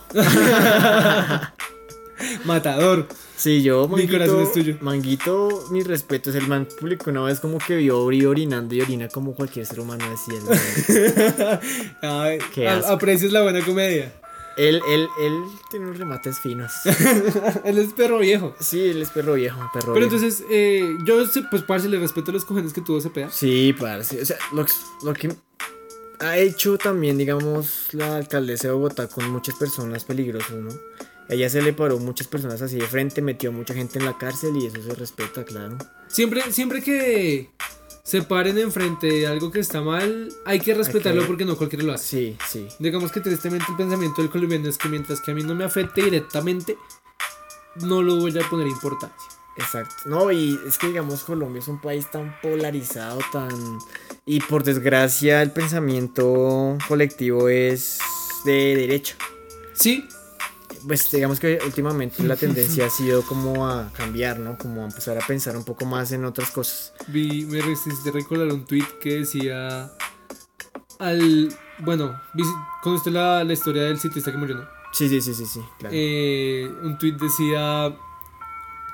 Speaker 2: Matador.
Speaker 1: Sí, yo, Manguito.
Speaker 2: corazón es tuyo.
Speaker 1: Manguito, mis respetos. El man publicó una vez como que vio Ori orinando y orina como cualquier ser humano así. El man.
Speaker 2: Ay,
Speaker 1: Qué
Speaker 2: a-
Speaker 1: asco.
Speaker 2: aprecias la buena comedia.
Speaker 1: él, él, él tiene unos remates finos.
Speaker 2: Él es perro viejo.
Speaker 1: Sí, él es perro viejo, perro
Speaker 2: Pero
Speaker 1: viejo.
Speaker 2: entonces, eh, yo, sé, pues, parce, le respeto a los cojones que tuvo ese pedazo.
Speaker 1: Sí, parce. O sea, lo, lo que ha hecho también, digamos, la alcaldesa de Bogotá con muchas personas peligrosas, ¿no? Ella se le paró muchas personas así de frente, metió a mucha gente en la cárcel y eso se respeta, claro.
Speaker 2: Siempre, siempre que se paren enfrente de algo que está mal, hay que respetarlo
Speaker 1: que-
Speaker 2: porque no cualquiera lo hace.
Speaker 1: Sí, sí.
Speaker 2: Digamos que tristemente el pensamiento del colombiano es que mientras que a mí no me afecte directamente, no lo voy a poner importancia.
Speaker 1: Exacto. No, y es que digamos Colombia es un país tan polarizado, tan... Y por desgracia el pensamiento colectivo es de derecha.
Speaker 2: Sí,
Speaker 1: Pues digamos que últimamente la tendencia ha sido como a cambiar, ¿no? Como a empezar a pensar un poco más en otras cosas.
Speaker 2: vi, me resistí a recordar un tweet que decía al... Bueno, visi- conoce la, la historia del ciclista que murió, ¿no?
Speaker 1: Sí, sí, sí, sí, sí. Claro.
Speaker 2: Eh, un tweet decía,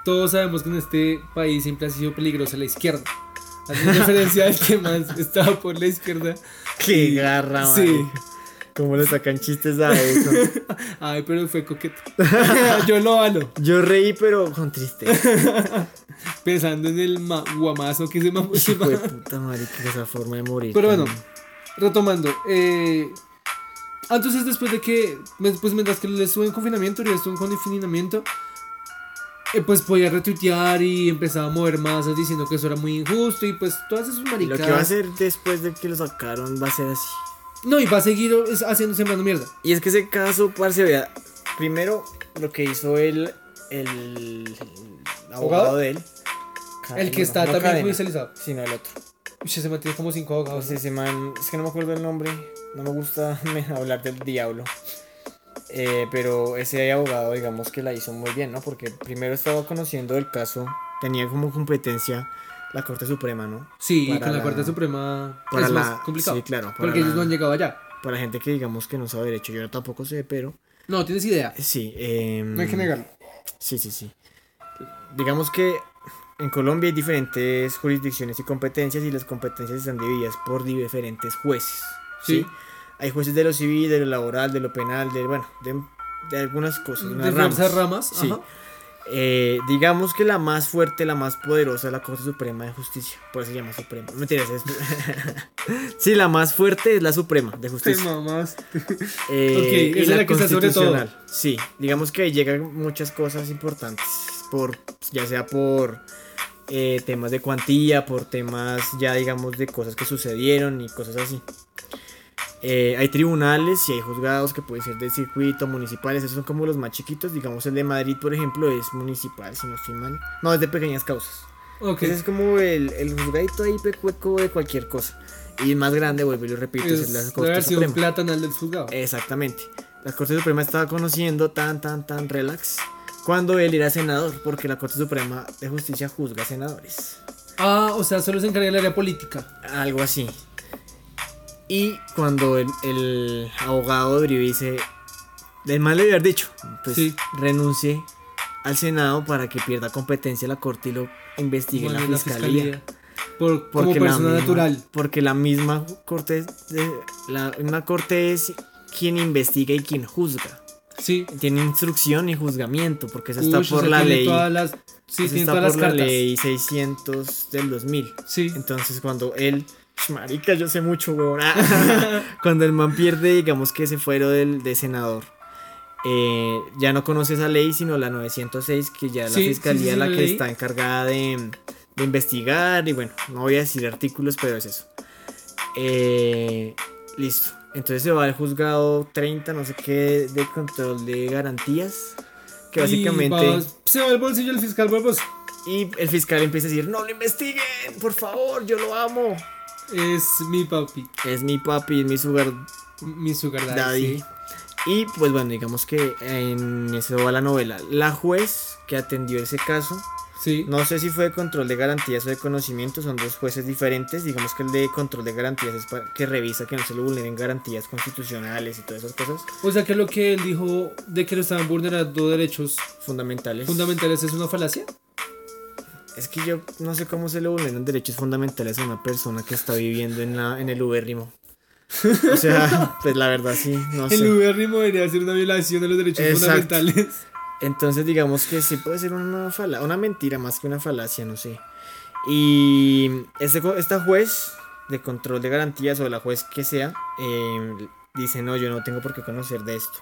Speaker 2: todos sabemos que en este país siempre ha sido peligrosa la izquierda. Haciendo referencia al que más estaba por la izquierda.
Speaker 1: Qué garra,
Speaker 2: sí.
Speaker 1: sí. ¿Cómo le sacan chistes a eso?
Speaker 2: Ay, pero fue coqueto. Yo lo alo.
Speaker 1: Yo reí, pero con tristeza.
Speaker 2: Pensando en el ma- guamazo que se mamó. se
Speaker 1: Hijo de
Speaker 2: mamó.
Speaker 1: puta marica, esa forma de morir.
Speaker 2: Pero bueno,
Speaker 1: también.
Speaker 2: retomando. eh, ah, entonces, después de que. men- Pues mientras que le estuve en confinamiento, yo estuve en confinamiento. eh, pues podía retuitear y empezaba a mover masas diciendo que eso era muy injusto. Y pues todas esas
Speaker 1: Lo
Speaker 2: maricadas.
Speaker 1: que va a hacer después de que lo sacaron va a ser así.
Speaker 2: No, y va a seguir es, haciéndose más mierda.
Speaker 1: Y es que ese caso, parce, vea, primero lo que hizo el, el, el abogado
Speaker 2: ¿Abogado?
Speaker 1: de él.
Speaker 2: el
Speaker 1: Cadena,
Speaker 2: que está
Speaker 1: Ah, no
Speaker 2: también
Speaker 1: Cadena,
Speaker 2: judicializado.
Speaker 1: Sino el otro.
Speaker 2: Uy, se mantiene como cinco abogados.
Speaker 1: Entonces ese Oh, man, es que no me acuerdo el nombre, no me gusta me- hablar del diablo. Eh, pero ese abogado, digamos que la hizo muy bien, ¿no? Porque primero estaba conociendo el caso, tenía como competencia la Corte Suprema, ¿no?
Speaker 2: Sí,
Speaker 1: Para
Speaker 2: con la
Speaker 1: la-
Speaker 2: Corte Suprema
Speaker 1: para
Speaker 2: es
Speaker 1: la-
Speaker 2: más complicado.
Speaker 1: sí, claro, para
Speaker 2: Porque ellos
Speaker 1: la-
Speaker 2: no han llegado allá.
Speaker 1: Para gente que digamos que no sabe derecho, yo tampoco sé, pero
Speaker 2: No, tienes idea.
Speaker 1: sí. Eh,
Speaker 2: No hay que negarlo.
Speaker 1: Sí, sí, sí. Digamos que en Colombia hay diferentes jurisdicciones y competencias y las competencias están divididas por diferentes jueces. Sí.
Speaker 2: Sí.
Speaker 1: Hay jueces de lo civil, de lo laboral, de lo penal, de, bueno, de, de algunas cosas, de unas
Speaker 2: Diversas
Speaker 1: ramas.
Speaker 2: ramas.
Speaker 1: Sí.
Speaker 2: ajá.
Speaker 1: Eh, digamos que la más fuerte, la más poderosa es la Corte Suprema de Justicia. Por eso se llama Suprema. No Mentiras, es... sí, la más fuerte es la Suprema de
Speaker 2: Te
Speaker 1: Justicia.
Speaker 2: mamás.
Speaker 1: Eh,
Speaker 2: Ok, esa es la que está sobre todo.
Speaker 1: constitucional. Sí, digamos que ahí llegan muchas cosas importantes, por, ya sea por eh, temas de cuantía, por temas ya digamos de cosas que sucedieron y cosas así. Eh, hay tribunales y hay juzgados que pueden ser de circuito, municipales, esos son como los más chiquitos, digamos el de Madrid por ejemplo es municipal, si no estoy mal, no, es de pequeñas causas.
Speaker 2: Ok.
Speaker 1: Ese es como el, el juzgadito ahí pecueco de cualquier cosa. Y el más grande, vuelvo y lo repito, es,
Speaker 2: Es
Speaker 1: la
Speaker 2: la
Speaker 1: Corte
Speaker 2: versión
Speaker 1: Suprema. Eh.
Speaker 2: platanal del juzgado.
Speaker 1: Exactamente. La Corte Suprema estaba conociendo tan, tan, tan relax cuando él era senador, porque la Corte Suprema de Justicia juzga senadores.
Speaker 2: Ah, o sea, solo se encarga del área política.
Speaker 1: Algo así. Y cuando el, el abogado de Uribe dice, el mal le había dicho, pues
Speaker 2: Sí.
Speaker 1: renuncie al Senado para que pierda competencia la Corte y lo investigue
Speaker 2: Bueno,
Speaker 1: la, fiscalía.
Speaker 2: Por, como
Speaker 1: Porque la
Speaker 2: persona
Speaker 1: misma-
Speaker 2: natural.
Speaker 1: Porque la misma corte, eh, la misma corte es quien investiga y quien juzga.
Speaker 2: Sí.
Speaker 1: tiene instrucción y juzgamiento, porque eso
Speaker 2: Uy,
Speaker 1: Pues está
Speaker 2: o
Speaker 1: por
Speaker 2: sea,
Speaker 1: la
Speaker 2: tiene
Speaker 1: ley.
Speaker 2: Todas las, sí,
Speaker 1: eso
Speaker 2: tiene
Speaker 1: está
Speaker 2: todas las
Speaker 1: por la
Speaker 2: cartas.
Speaker 1: ley 600 del 2000.
Speaker 2: Sí.
Speaker 1: Entonces, cuando él. Marica, yo sé mucho, Ah. weón. cuando el man pierde, digamos que ese fuero del, de senador. eh, ya no conoce esa ley, sino la 906, que ya
Speaker 2: Sí, sí,
Speaker 1: la fiscalía
Speaker 2: sí,
Speaker 1: es
Speaker 2: sí,
Speaker 1: la
Speaker 2: la
Speaker 1: que
Speaker 2: leí.
Speaker 1: está encargada de, de investigar. Y bueno, no voy a decir artículos, pero es eso. Eh, listo. Entonces se va al juzgado 30, no sé qué, de control de garantías. Que
Speaker 2: Y
Speaker 1: básicamente.
Speaker 2: va- se va el bolsillo el fiscal, vamos.
Speaker 1: Y el fiscal empieza a decir: No lo investiguen, por favor, yo lo amo.
Speaker 2: Es mi papi.
Speaker 1: Es mi papi, es mi sugar
Speaker 2: Mi sugar daddy.
Speaker 1: daddy.
Speaker 2: sí.
Speaker 1: Y pues bueno, digamos que en eso va la novela. La juez que atendió ese caso
Speaker 2: Sí.
Speaker 1: No sé si fue de control de garantías o de conocimiento, son dos jueces diferentes. Digamos que el de control de garantías es para que revisa que no se le vulneren garantías constitucionales y todas esas cosas
Speaker 2: O sea que lo que él dijo de que lo estaban vulnerando derechos
Speaker 1: fundamentales.
Speaker 2: fundamentales es una falacia.
Speaker 1: es que yo no sé cómo se le vulneran derechos fundamentales a una persona que está viviendo en, la, en el ubérrimo. O sea, pues la verdad sí, no
Speaker 2: El
Speaker 1: sé.
Speaker 2: gobierno debería ser una violación de los derechos
Speaker 1: Exacto.
Speaker 2: fundamentales.
Speaker 1: Entonces digamos que sí puede ser una fala- una mentira más que una falacia, no sé. Y este, co- esta juez de control de garantías o la juez que sea, eh, dice, no, yo no tengo por qué conocer de esto.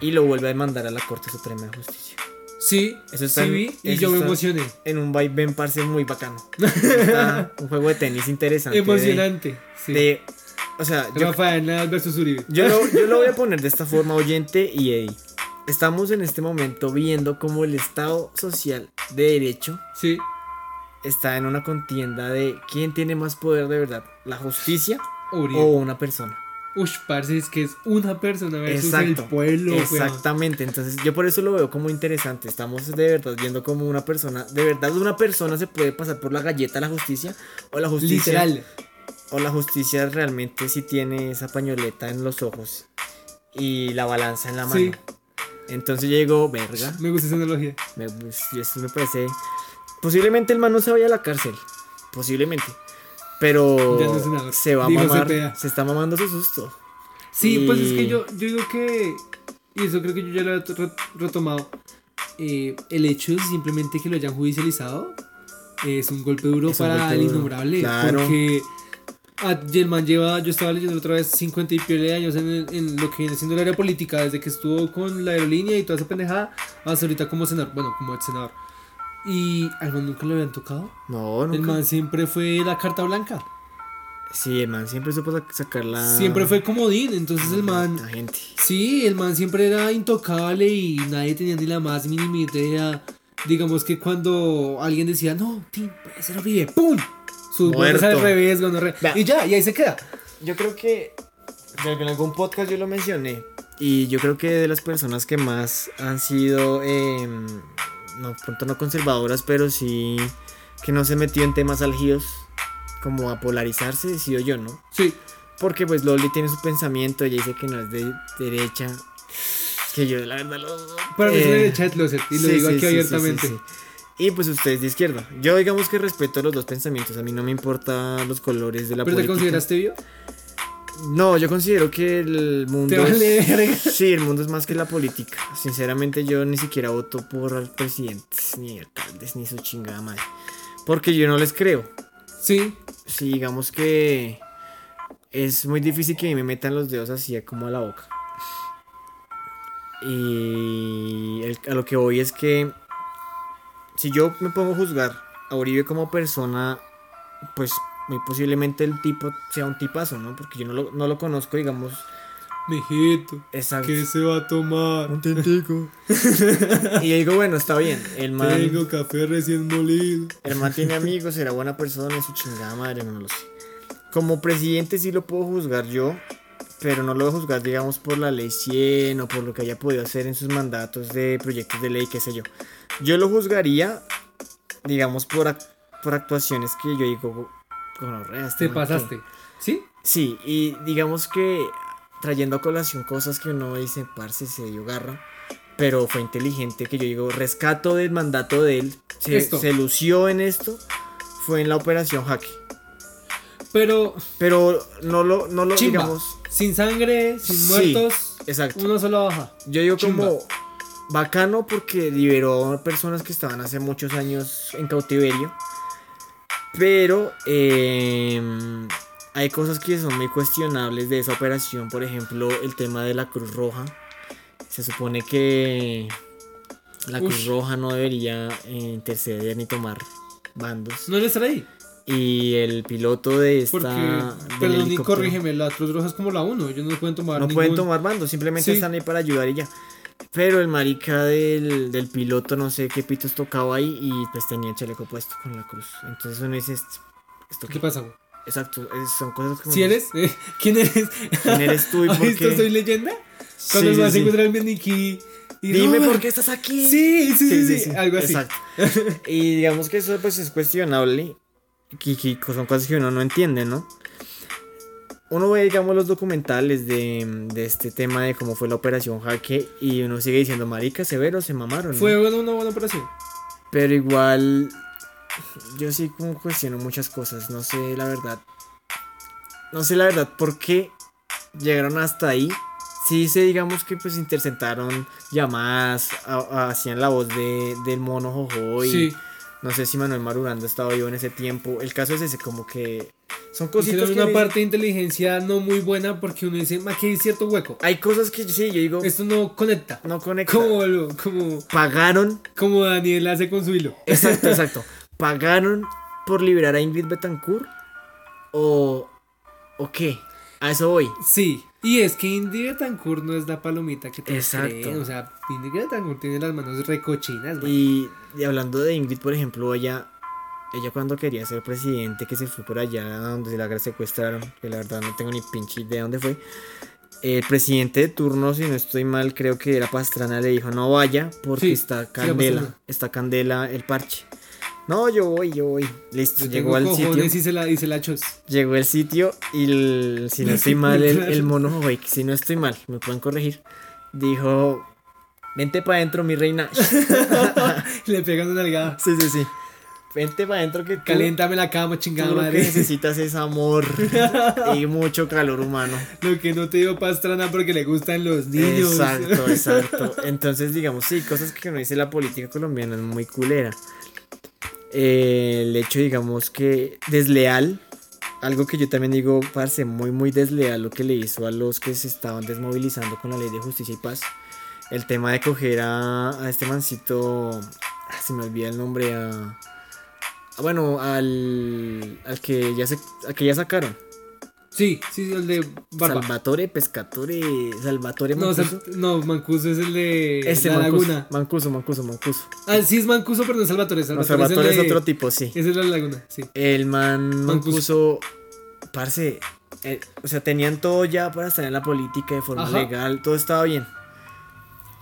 Speaker 1: Y lo vuelve a demandar a la Corte Suprema de Justicia.
Speaker 2: Sí,
Speaker 1: Eso está
Speaker 2: sí
Speaker 1: en-
Speaker 2: vi y
Speaker 1: eso
Speaker 2: yo me
Speaker 1: está-
Speaker 2: emocioné.
Speaker 1: En un vaivén parce muy bacano. Está un juego de tenis interesante. de-
Speaker 2: Emocionante. Sí.
Speaker 1: de- o sea, yo,
Speaker 2: Rafael Nadal versus Uribe.
Speaker 1: yo lo, yo lo voy a poner de esta forma, oyente y Eddie. Estamos en este momento viendo cómo el Estado Social de Derecho
Speaker 2: Sí,
Speaker 1: está en una contienda de quién tiene más poder de verdad, la justicia
Speaker 2: Uribe.
Speaker 1: o una persona.
Speaker 2: Ush, parce, es que es una persona versus
Speaker 1: Exacto,
Speaker 2: el pueblo, weón.
Speaker 1: Exactamente, entonces yo por eso lo veo como interesante. Estamos de verdad viendo cómo una persona, de verdad una persona se puede pasar por la galleta a la justicia o la justicia
Speaker 2: Literal.
Speaker 1: o la justicia realmente si tiene esa pañoleta en los ojos y la balanza en la mano.
Speaker 2: Sí.
Speaker 1: Entonces yo digo, verga,
Speaker 2: Me gusta esa analogía.
Speaker 1: me, pues, y esto me parece... Posiblemente el man no se vaya a la cárcel, posiblemente. Pero
Speaker 2: Ya no es senador,
Speaker 1: se va a
Speaker 2: dijo
Speaker 1: mamar,
Speaker 2: CPA.
Speaker 1: se está mamando su susto.
Speaker 2: Sí, pues es
Speaker 1: Y-
Speaker 2: que yo, yo digo que. Y eso creo que yo ya lo he re- retomado. eh, el hecho de simplemente que lo hayan judicializado es un golpe duro
Speaker 1: Es un
Speaker 2: para
Speaker 1: golpe
Speaker 2: el
Speaker 1: duro,
Speaker 2: innombrable.
Speaker 1: claro.
Speaker 2: Porque a Yelman lleva, yo estaba leyendo otra vez, 50 y pico de años en, el- en lo que viene siendo la área política, desde que estuvo con la aerolínea y toda esa pendejada, hasta ahorita como senador, bueno, como ex senador. Y al man nunca lo habían tocado.
Speaker 1: No, nunca.
Speaker 2: El man siempre fue la carta blanca.
Speaker 1: Sí, el man siempre supo sa- sacar la...
Speaker 2: Siempre fue comodín. Entonces el man
Speaker 1: La gente.
Speaker 2: Sí, el man siempre era intocable y nadie tenía ni la más mínima idea. Digamos que cuando alguien decía, no, Tim, puede ser Uribe, ¡pum! Su
Speaker 1: Muerto.
Speaker 2: bolsa al revés, gonorrea,
Speaker 1: Vea.
Speaker 2: Y ya, y ahí se queda.
Speaker 1: Yo creo que de- en algún podcast yo lo mencioné. Y yo creo que de las personas que más han sido, eh, no, pronto no conservadoras, pero sí que no se metió en temas algidos, como a polarizarse, decido yo, ¿no?
Speaker 2: Sí,
Speaker 1: Porque pues Loli tiene su pensamiento, ella dice que no es de derecha. Es que yo la verdad lo...
Speaker 2: para mí es
Speaker 1: eh,
Speaker 2: una derecha de closet y lo
Speaker 1: sí,
Speaker 2: digo
Speaker 1: sí,
Speaker 2: aquí
Speaker 1: sí, sí,
Speaker 2: abiertamente.
Speaker 1: sí, sí. Y pues ustedes de izquierda. Yo digamos que respeto los dos pensamientos. A mí no me importa los colores de la
Speaker 2: ¿Pero te
Speaker 1: política.
Speaker 2: consideraste vivo?
Speaker 1: No, yo considero que el mundo.
Speaker 2: Te vale
Speaker 1: es-
Speaker 2: verga.
Speaker 1: Sí, el mundo es más que la política. Sinceramente, yo ni siquiera voto por presidentes, ni alcaldes, ni su chingada madre. Porque yo no les creo.
Speaker 2: Sí,
Speaker 1: Si digamos que es muy difícil que me metan los dedos así como a la boca. Y el- a lo que voy es que si yo me pongo a juzgar a Uribe como persona, pues muy posiblemente el tipo sea un tipazo, ¿no? Porque yo no lo, no lo conozco, digamos,
Speaker 2: mijito,
Speaker 1: exacto.
Speaker 2: ¿qué se va a tomar?
Speaker 1: tentico. y yo digo, bueno, está bien. El man,
Speaker 2: Tengo café recién molido.
Speaker 1: El man tiene amigos, será buena persona, su chingada madre, no lo sé. Como presidente sí lo puedo juzgar yo, pero no lo voy a juzgar, digamos, por la ley 100 o por lo que haya podido hacer en sus mandatos de proyectos de ley, qué sé yo. Yo lo juzgaría, digamos, por, ac- por actuaciones que yo digo, gonorrea, este
Speaker 2: Te
Speaker 1: man, ¿qué?".
Speaker 2: pasaste. ¿Sí?
Speaker 1: Sí, y digamos que trayendo a colación cosas que uno dice, parce, se dio garra, pero fue inteligente, que yo digo, rescato del mandato de él, se,
Speaker 2: Esto.
Speaker 1: se lució en esto, fue en la operación Jaque.
Speaker 2: Pero,
Speaker 1: Pero no lo, no lo
Speaker 2: chimba,
Speaker 1: digamos.
Speaker 2: sin sangre, sin
Speaker 1: Sí.
Speaker 2: muertos,
Speaker 1: Exacto.
Speaker 2: una sola baja.
Speaker 1: Yo digo
Speaker 2: Chimba.
Speaker 1: como bacano porque liberó a personas que estaban hace muchos años en cautiverio. Pero em, hay cosas que son muy cuestionables de esa operación. Por ejemplo, el tema de la Cruz Roja. Se supone que la Cruz
Speaker 2: Ush.
Speaker 1: Roja no debería eh, interceder ni tomar bandos.
Speaker 2: No le estará ahí.
Speaker 1: Y el piloto de esta.
Speaker 2: Porque, pues,
Speaker 1: del
Speaker 2: perdón, y
Speaker 1: helicóptero-
Speaker 2: corrígeme, la Cruz Roja es como la 1, ellos no pueden tomar
Speaker 1: no
Speaker 2: ningún-
Speaker 1: pueden tomar bandos, simplemente
Speaker 2: Sí.
Speaker 1: están ahí para ayudar y ya. Pero el marica del, del piloto, no sé qué pitos tocaba ahí y pues tenía el chaleco puesto con la cruz. Entonces uno dice, ¿esto, esto
Speaker 2: ¿Qué
Speaker 1: qué?
Speaker 2: pasa, güey?
Speaker 1: Exacto, es- son cosas como...
Speaker 2: ¿Si eres? ¿Eh? ¿Quién eres?
Speaker 1: ¿Quién eres tú y
Speaker 2: ¿Has
Speaker 1: por
Speaker 2: visto
Speaker 1: qué?
Speaker 2: Soy Leyenda?
Speaker 1: Sí,
Speaker 2: Cuando
Speaker 1: sí,
Speaker 2: vas a
Speaker 1: sí.
Speaker 2: encontrar el maniquí Y
Speaker 1: Dime
Speaker 2: Robert.
Speaker 1: por qué estás aquí.
Speaker 2: Sí, sí, sí, sí, algo así.
Speaker 1: Exacto. y digamos que eso pues es cuestionable. Que, que son cosas que uno no entiende, ¿no? Uno ve, digamos, los documentales de, de este tema de cómo fue la operación Jaque y uno sigue diciendo, marica, severo, se mamaron. ¿no?".
Speaker 2: Fue una, una buena operación.
Speaker 1: Pero igual, yo sí como cuestiono muchas cosas, no sé la verdad. No sé la verdad por qué llegaron hasta ahí. Sí sé, digamos que pues interceptaron llamadas, ha- hacían la voz de, del mono Jojoy.
Speaker 2: Sí.
Speaker 1: No sé si Manuel Marulanda estaba vivo en ese tiempo. El caso es ese, como que son
Speaker 2: Hicieron
Speaker 1: cositas que...
Speaker 2: una
Speaker 1: le-
Speaker 2: parte de inteligencia no muy buena porque uno dice, "Ma, aquí hay cierto hueco.
Speaker 1: Hay cosas que sí, yo digo,
Speaker 2: Esto no conecta.
Speaker 1: no conecta.
Speaker 2: Como, lo- como,
Speaker 1: Pagaron
Speaker 2: como Daniel hace con su hilo.
Speaker 1: Exacto, exacto. ¿Pagaron por liberar a Ingrid Betancourt? ¿O, ¿O qué? A eso voy.
Speaker 2: Sí. Y es que Indy Betancourt no es la palomita que te
Speaker 1: Exacto.
Speaker 2: creen, O sea, Indy Betancourt tiene las manos recochinas, güey.
Speaker 1: Y, y hablando de Ingrid, por ejemplo, ella, ella cuando quería ser presidente, que se fue por allá donde se la secuestraron, que la verdad no tengo ni pinche idea dónde fue. El presidente de turno, si no estoy mal, creo que era Pastrana, le dijo no vaya porque
Speaker 2: Sí,
Speaker 1: está
Speaker 2: sí, era
Speaker 1: candela,
Speaker 2: Pastrana.
Speaker 1: está candela el parche. No, yo voy, yo voy. Listo,
Speaker 2: Yo
Speaker 1: llegó
Speaker 2: tengo
Speaker 1: al sitio.
Speaker 2: cojones y se la, y se la chos.
Speaker 1: Llegó el sitio y el- si no estoy mal, el, el mono Joey, que si no estoy mal, me pueden corregir, dijo, vente para adentro, mi reina. Sí,
Speaker 2: Le pegan una nalgada.
Speaker 1: sí, sí. Vente para adentro que tú-
Speaker 2: Caléntame la cama,
Speaker 1: tú
Speaker 2: chingada
Speaker 1: lo que
Speaker 2: madre.
Speaker 1: necesitas es amor y mucho calor humano.
Speaker 2: Lo que no te dio pastrana porque le gustan los niños.
Speaker 1: Exacto, exacto. Entonces, digamos, sí, cosas que no dice la política colombiana es muy culera. Eh, el hecho, digamos, que desleal, algo que yo también digo, parce, muy, muy desleal lo que le hizo a los que se estaban desmovilizando con la ley de justicia y paz. El tema de coger a, a este mancito, ah, se me olvida el nombre, a. a, Bueno, al, al que ya se, al que ya sacaron.
Speaker 2: Sí, sí, el de Barba.
Speaker 1: Salvatore, Pescatore, Salvatore
Speaker 2: no,
Speaker 1: Mancuso.
Speaker 2: Sal- no, Mancuso es el de
Speaker 1: Este
Speaker 2: La
Speaker 1: Mancuso,
Speaker 2: Laguna.
Speaker 1: Mancuso, Mancuso, Mancuso.
Speaker 2: Ah, sí es Mancuso, pero no es Salvatore.
Speaker 1: No,
Speaker 2: Salvatore,
Speaker 1: Salvatore
Speaker 2: es,
Speaker 1: es
Speaker 2: el de-
Speaker 1: otro tipo, sí.
Speaker 2: es el de La Laguna, sí.
Speaker 1: El man
Speaker 2: Mancuso.
Speaker 1: Mancuso, parce, eh, o sea, tenían todo ya para estar en la política de forma
Speaker 2: Ajá.
Speaker 1: legal, todo estaba bien.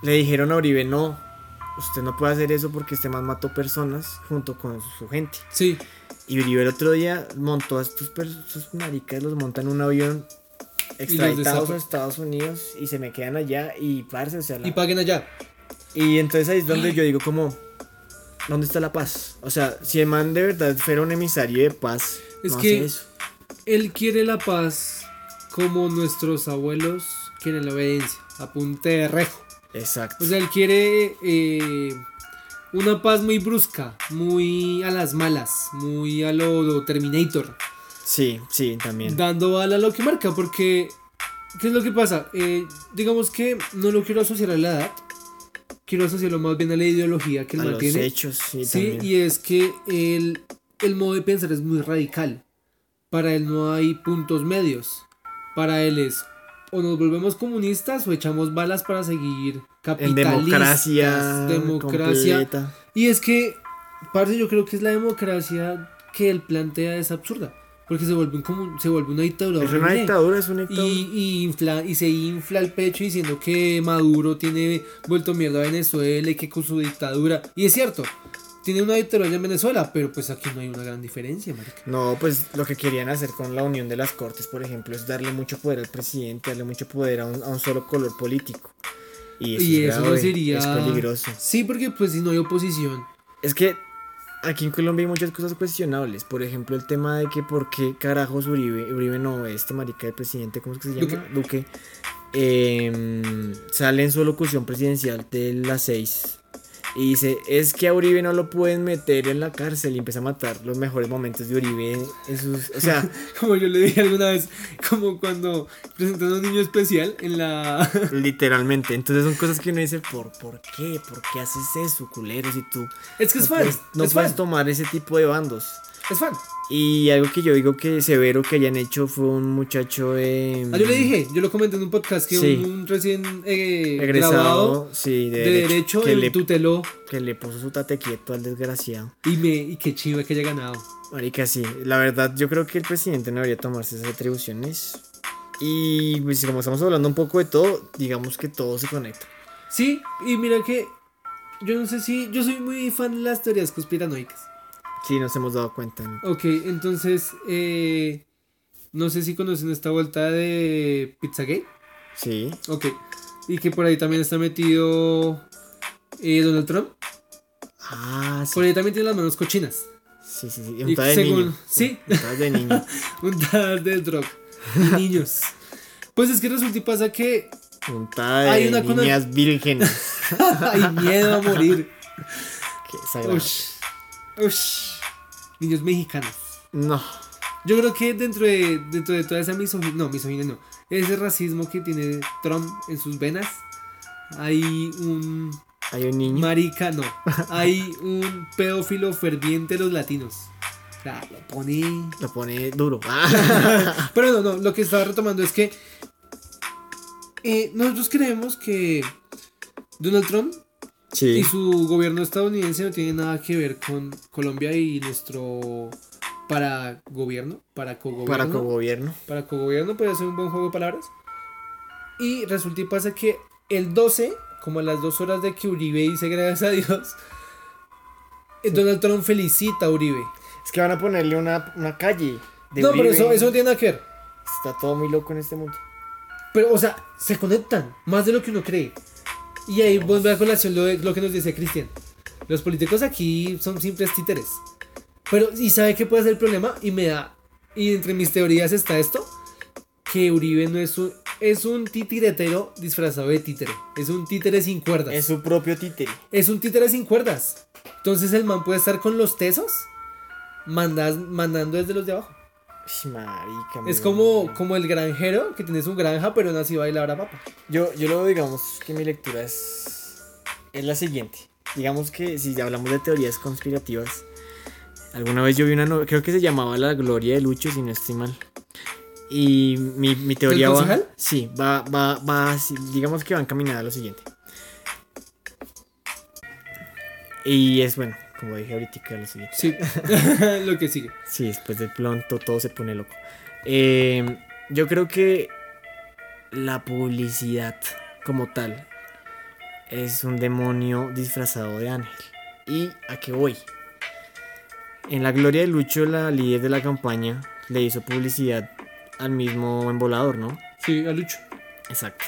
Speaker 1: Le dijeron a Uribe, no, usted no puede hacer eso porque este man mató personas junto con su gente.
Speaker 2: Sí,
Speaker 1: Y Uribe el otro día montó a estos, per- estos maricas, los montan en un avión extraditados
Speaker 2: desapa-
Speaker 1: a Estados Unidos y se me quedan allá y parce, o sea, la-
Speaker 2: y paguen allá.
Speaker 1: Y entonces ahí es donde yo digo como, ¿dónde está la paz? O sea, si el man de verdad fuera un emisario de paz,
Speaker 2: Es
Speaker 1: no
Speaker 2: que-
Speaker 1: hace eso.
Speaker 2: Él quiere la paz como nuestros abuelos quieren la obediencia, a punta de rejo.
Speaker 1: Exacto.
Speaker 2: O sea, él quiere eh, una paz muy brusca, muy a las malas, muy a lo Terminator.
Speaker 1: sí, sí, también.
Speaker 2: dando bala a lo que marca, porque ¿qué es lo que pasa? Eh, digamos que no lo quiero asociar a la edad, quiero asociarlo más bien a la ideología que él
Speaker 1: a los
Speaker 2: mantiene.
Speaker 1: hechos, sí,
Speaker 2: sí,
Speaker 1: también.
Speaker 2: y es que el, el modo de pensar es muy radical. Para él no hay puntos medios. Para él es o nos volvemos comunistas o echamos balas para seguir
Speaker 1: en
Speaker 2: capitalistas.
Speaker 1: democracia,
Speaker 2: democracia.
Speaker 1: completa.
Speaker 2: Y es que, parce, yo creo que es la democracia que él plantea es absurda. Porque se vuelve, un comun- se vuelve una dictadura.
Speaker 1: Es una
Speaker 2: horrible.
Speaker 1: dictadura, es una dictadura.
Speaker 2: Y, y infla, y se infla el pecho diciendo que Maduro tiene vuelto mierda a Venezuela y que con su dictadura. Y es cierto, tiene una dictadura en Venezuela, pero pues aquí no hay una gran diferencia, marica.
Speaker 1: No, pues lo que querían hacer con la unión de las cortes, por ejemplo, es darle mucho poder al presidente, darle mucho poder a un, a un solo color político. Y eso,
Speaker 2: y
Speaker 1: es
Speaker 2: eso no
Speaker 1: grave,
Speaker 2: sería.
Speaker 1: Es peligroso.
Speaker 2: Sí, porque pues si no hay oposición.
Speaker 1: Es que aquí en Colombia hay muchas cosas cuestionables. Por ejemplo, el tema de que por qué carajos Uribe, Uribe no, este marica del presidente, ¿cómo es que se llama? Duque. em, sale en su locución presidencial de las 6 y dice, es que a Uribe no lo pueden meter en la cárcel y empieza a matar los mejores momentos de Uribe en sus... O sea,
Speaker 2: Como yo le dije alguna vez, como cuando presentan a un niño especial en la.
Speaker 1: literalmente. Entonces son cosas que uno dice, ¿por, ¿por qué? ¿Por qué haces eso, culero? Si tú
Speaker 2: es que es
Speaker 1: no
Speaker 2: fan.
Speaker 1: puedes- no
Speaker 2: es
Speaker 1: puedes
Speaker 2: fan.
Speaker 1: tomar ese tipo de bandos.
Speaker 2: Es fan.
Speaker 1: Y algo que yo digo que severo que hayan hecho fue un muchacho em, de.
Speaker 2: Ah, yo le dije, yo lo comenté en un podcast que
Speaker 1: Sí.
Speaker 2: un, un recién eh, graduado
Speaker 1: Egresado, sí, de,
Speaker 2: de
Speaker 1: derecho,
Speaker 2: derecho,
Speaker 1: que,
Speaker 2: él
Speaker 1: le,
Speaker 2: tuteló
Speaker 1: que le puso su tate quieto al desgraciado.
Speaker 2: y me y qué chiva que haya ganado.
Speaker 1: Marica, sí. La verdad, yo creo que el presidente no debería tomarse esas atribuciones. Y pues, como estamos hablando un poco de todo, digamos que todo se conecta.
Speaker 2: Sí, y mira que yo no sé si yo soy muy fan de las teorías conspiranoicas.
Speaker 1: Sí, nos hemos dado cuenta.
Speaker 2: Ok, entonces eh, no sé si conocen esta vuelta de Pizzagate.
Speaker 1: Sí.
Speaker 2: Ok. Y que por ahí también está metido eh, Donald Trump.
Speaker 1: Ah, sí.
Speaker 2: Por ahí también tiene las manos cochinas.
Speaker 1: Sí, sí, sí.
Speaker 2: Y
Speaker 1: untadas de
Speaker 2: según-
Speaker 1: niño.
Speaker 2: sí.
Speaker 1: Untadas de niño.
Speaker 2: Untadas de droga. Y niños. Pues es que resulta y pasa que
Speaker 1: Untada
Speaker 2: Hay
Speaker 1: de
Speaker 2: una con-
Speaker 1: niñas vírgenes.
Speaker 2: hay miedo a morir.
Speaker 1: Qué sagrado.
Speaker 2: Ush. Ush. Niños mexicanos.
Speaker 1: No.
Speaker 2: Yo creo que dentro de, dentro de toda esa misoginia, no, misoginia no, ese racismo que tiene Trump en sus venas, hay un
Speaker 1: Hay un niño.
Speaker 2: marica, no, hay un pedófilo ferviente de los latinos. O sea, lo pone... Ah.
Speaker 1: Lo pone duro. Ah.
Speaker 2: Pero no, no, lo que estaba retomando es que eh, nosotros creemos que Donald Trump
Speaker 1: sí.
Speaker 2: y su gobierno estadounidense no tiene nada que ver con Colombia y nuestro para gobierno, para cogobierno.
Speaker 1: Para como gobierno.
Speaker 2: para cogobierno puede ser un buen juego de palabras. Y resulta y pasa que el 12, como a las dos horas de que Uribe dice gracias a Dios, eh, Donald Trump felicita a Uribe.
Speaker 1: Es que van a ponerle una, una calle. de
Speaker 2: no, pero
Speaker 1: Uribe.
Speaker 2: eso, eso no tiene nada que ver.
Speaker 1: Está todo muy loco en este mundo.
Speaker 2: Pero, o sea, se conectan más de lo que uno cree. Y ahí vuelve a colación lo, de- lo que nos dice Cristian. Los políticos aquí son simples títeres. Pero, ¿y sabe qué puede ser el problema? Y me da. Y entre mis teorías está esto: que Uribe no es un. Es un titiretero disfrazado de títere. Es un títere sin cuerdas.
Speaker 1: Es
Speaker 2: Es,
Speaker 1: su propio títere.
Speaker 2: un títere sin cuerdas. Entonces el man puede estar con los tesos mandas- mandando desde los de abajo.
Speaker 1: Ay, marica,
Speaker 2: Es
Speaker 1: mi
Speaker 2: como,
Speaker 1: madre.
Speaker 2: como el granjero que tiene su granja, pero nació bailar a papa.
Speaker 1: Yo, yo lo digamos que mi lectura es, es la siguiente. Digamos que si ya hablamos de teorías conspirativas, alguna vez yo vi una novela, creo que se llamaba La Gloria de Lucho, si no estoy mal. Y mi, mi teoría va,
Speaker 2: concejal?
Speaker 1: sí, va, va, va, así, digamos que va encaminada a lo siguiente. Y es bueno, como dije ahorita, lo siguiente.
Speaker 2: Sí, lo que sigue.
Speaker 1: Sí, después de pronto todo se pone loco. Eh, yo creo que la publicidad como tal es un demonio disfrazado de ángel. ¿Y a qué voy? En la gloria de Lucho, la líder de la campaña le hizo publicidad al mismo embolador, ¿no?
Speaker 2: Sí, a Lucho.
Speaker 1: Exacto.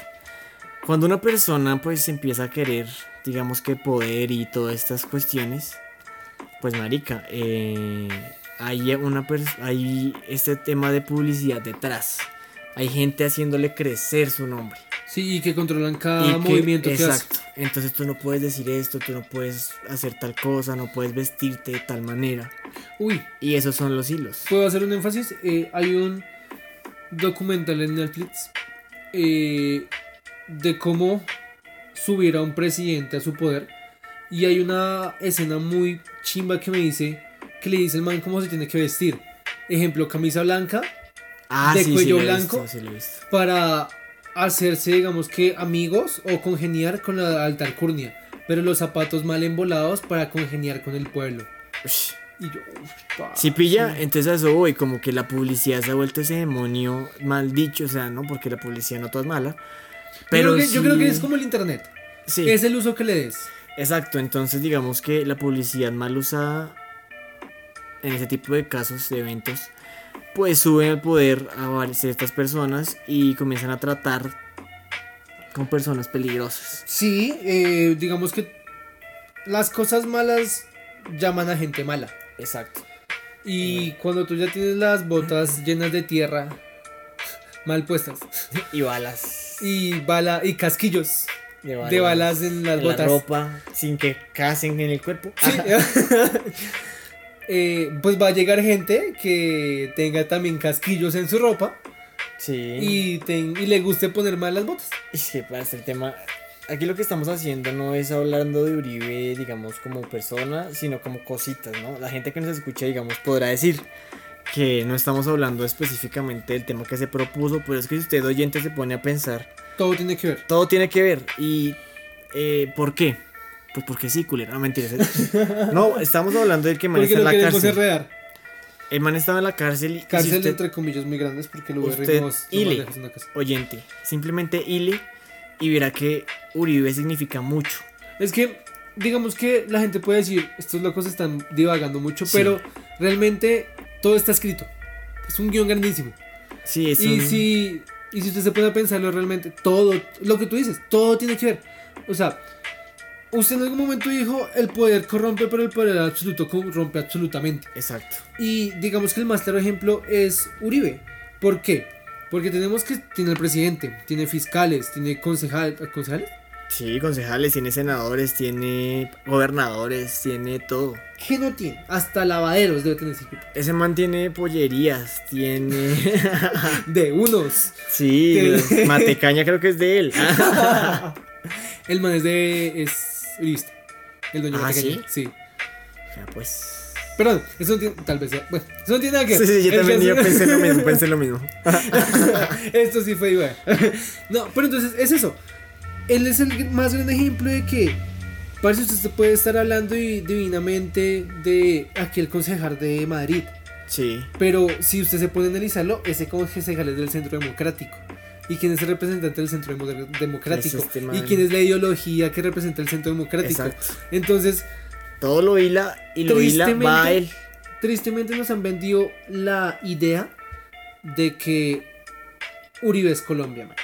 Speaker 1: Cuando una persona pues empieza a querer, digamos que poder y todas estas cuestiones, pues marica, eh, hay una pers- hay este tema de publicidad detrás. Hay gente haciéndole crecer su nombre.
Speaker 2: Sí, y que controlan cada
Speaker 1: Y que-
Speaker 2: movimiento que, hace.
Speaker 1: exacto. Entonces tú no puedes decir esto, tú no puedes hacer tal cosa, no puedes vestirte de tal manera.
Speaker 2: Uy,
Speaker 1: Y esos son los hilos.
Speaker 2: puedo hacer un énfasis. Eh, hay un documental en Netflix eh, de cómo subir a un presidente a su poder. Y hay una escena muy chimba que me dice que le dice el man cómo se tiene que vestir. Ejemplo, camisa blanca
Speaker 1: Ah,
Speaker 2: de
Speaker 1: sí, sí
Speaker 2: cuello
Speaker 1: lo he
Speaker 2: blanco.
Speaker 1: visto, sí lo he visto.
Speaker 2: para hacerse, digamos que amigos o congeniar con la alta alcurnia. Pero los zapatos mal embolados para congeniar con el pueblo.
Speaker 1: Ush.
Speaker 2: Y yo, "Uy, pa".
Speaker 1: Si pilla, entonces a eso voy, como que la publicidad se ha vuelto ese demonio mal dicho, o sea, ¿no? Porque la publicidad no toda es mala. Pero
Speaker 2: yo, creo que, yo creo que
Speaker 1: sí-
Speaker 2: es como el internet.
Speaker 1: Sí,
Speaker 2: Es el uso que le des.
Speaker 1: exacto. Entonces digamos que la publicidad mal usada en ese tipo de casos, de eventos, pues sube el poder a varias ciertas personas y comienzan a tratar con personas peligrosas.
Speaker 2: Sí, eh, digamos que las cosas malas llaman a gente mala.
Speaker 1: Exacto.
Speaker 2: Y cuando tú ya tienes las botas llenas de tierra, mal puestas,
Speaker 1: Y balas.
Speaker 2: y bala y casquillos
Speaker 1: De balas.
Speaker 2: de balas en las
Speaker 1: en la
Speaker 2: botas.
Speaker 1: ropa, sin que casen en el cuerpo.
Speaker 2: Sí. Eh, pues va a llegar gente que tenga también casquillos en su ropa
Speaker 1: Sí.
Speaker 2: y, ten- y le guste poner mal las botas.
Speaker 1: Es que para este tema, aquí lo que estamos haciendo no es hablando de Uribe, digamos, como persona, sino como cositas, ¿no? La gente que nos escucha, digamos, podrá decir que no estamos hablando específicamente del tema que se propuso, pero es que si usted oyente se pone a pensar,
Speaker 2: Todo tiene que ver.
Speaker 1: todo tiene que ver. ¿Y eh, por qué? Pues porque sí, culero, no mentiras. No, estamos hablando del que man
Speaker 2: Porque
Speaker 1: está en la
Speaker 2: no queremos
Speaker 1: cárcel.
Speaker 2: enredar.
Speaker 1: El man estaba en la cárcel y si
Speaker 2: Cárcel
Speaker 1: usted-
Speaker 2: entre comillas muy grandes porque lo
Speaker 1: Usted
Speaker 2: veremos.
Speaker 1: y le-
Speaker 2: Y
Speaker 1: oyente, simplemente ile y verá que Uribe significa mucho.
Speaker 2: Es que, digamos que la gente puede decir, estos locos están divagando mucho,
Speaker 1: Sí.
Speaker 2: pero realmente todo está escrito. Es un guión grandísimo.
Speaker 1: Sí, es
Speaker 2: Y
Speaker 1: un-
Speaker 2: si, y si usted se pone a pensarlo realmente, todo, lo que tú dices, todo tiene que ver. O sea, usted en algún momento dijo, el poder corrompe, pero el poder absoluto corrompe absolutamente.
Speaker 1: Exacto.
Speaker 2: Y digamos que el más claro ejemplo es Uribe. ¿Por qué? Porque tenemos que tiene el presidente, tiene fiscales, tiene concejal, concejales.
Speaker 1: Sí, concejales, tiene senadores, tiene gobernadores, tiene todo.
Speaker 2: ¿Qué no tiene? Hasta lavaderos debe tener ese equipo.
Speaker 1: Ese man tiene pollerías, tiene...
Speaker 2: De unos.
Speaker 1: sí,
Speaker 2: Tiene-
Speaker 1: Matecaña creo que es de él.
Speaker 2: El man es de. es uribista. El dueño
Speaker 1: Ah,
Speaker 2: de Tecaña, sí.
Speaker 1: Ya, pues...
Speaker 2: Perdón, eso no tiene. Tal vez sea. Bueno, eso no tiene nada que
Speaker 1: Sí, sí, yo
Speaker 2: El
Speaker 1: también
Speaker 2: caso-
Speaker 1: yo pensé lo mismo, pensé lo mismo.
Speaker 2: Esto sí fue igual. No, pero entonces es eso. Él es el más gran ejemplo de que parece usted se puede estar hablando y divinamente de aquel concejal de Madrid.
Speaker 1: Sí,
Speaker 2: Pero si usted se pone a analizarlo, ese concejal es del centro democrático. ¿Y quién es el representante del centro Demo- democrático?
Speaker 1: Es este man.
Speaker 2: ¿Y quién es la ideología que representa el centro democrático?
Speaker 1: exacto.
Speaker 2: Entonces,
Speaker 1: Todo lo hila y lo hila
Speaker 2: Tristemente-
Speaker 1: va a él.
Speaker 2: tristemente nos han vendido la idea de que Uribe es Colombia, Mike.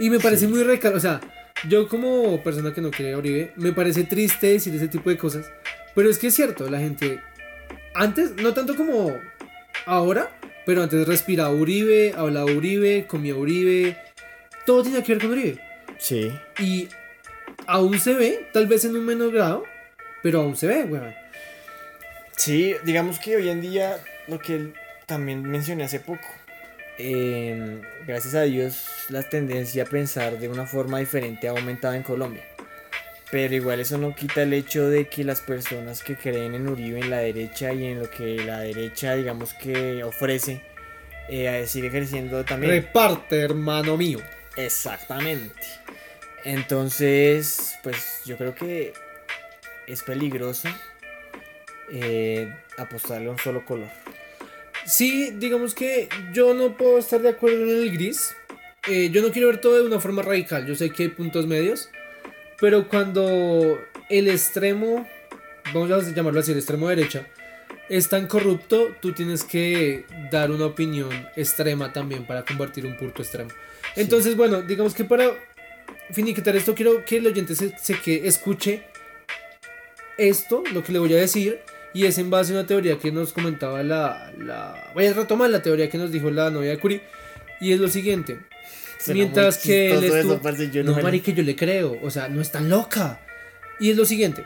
Speaker 2: Y me
Speaker 1: Sí.
Speaker 2: parece muy recal, o sea, yo como persona que no cree a Uribe, me parece triste decir ese tipo de cosas, pero es que es cierto, la gente antes, no tanto como ahora, pero antes respiraba Uribe, hablaba Uribe, comía Uribe, todo tenía que ver con Uribe.
Speaker 1: Sí,
Speaker 2: Y aún se ve, tal vez en un menor grado, pero aún se ve, weón.
Speaker 1: Sí, digamos que hoy en día lo que él también mencioné hace poco. eh, gracias a Dios la tendencia a pensar de una forma diferente ha aumentado en Colombia. Pero igual eso no quita el hecho de que las personas que creen en Uribe, en la derecha y en lo que la derecha digamos que ofrece, eh, sigue creciendo también.
Speaker 2: Reparte, hermano mío.
Speaker 1: Exactamente. Entonces, pues yo creo que es peligroso eh, apostarle a un solo color.
Speaker 2: Sí, digamos que yo no puedo estar de acuerdo en el gris. Eh, yo no quiero ver todo de una forma radical. Yo sé que hay puntos medios. Pero cuando el extremo, vamos a llamarlo así, el extremo derecha, es tan corrupto, tú tienes que dar una opinión extrema también para convertir un punto extremo.
Speaker 1: Sí.
Speaker 2: Entonces, bueno, digamos que para finiquitar esto, quiero que el oyente se, se que escuche esto, lo que le voy a decir, y es en base a una teoría que nos comentaba la... la... Voy a retomar la teoría que nos dijo la novia de Curie, y es lo siguiente. Mientras que él estuvo- No, marica, yo le creo. O sea, no es tan loca. Y es lo siguiente.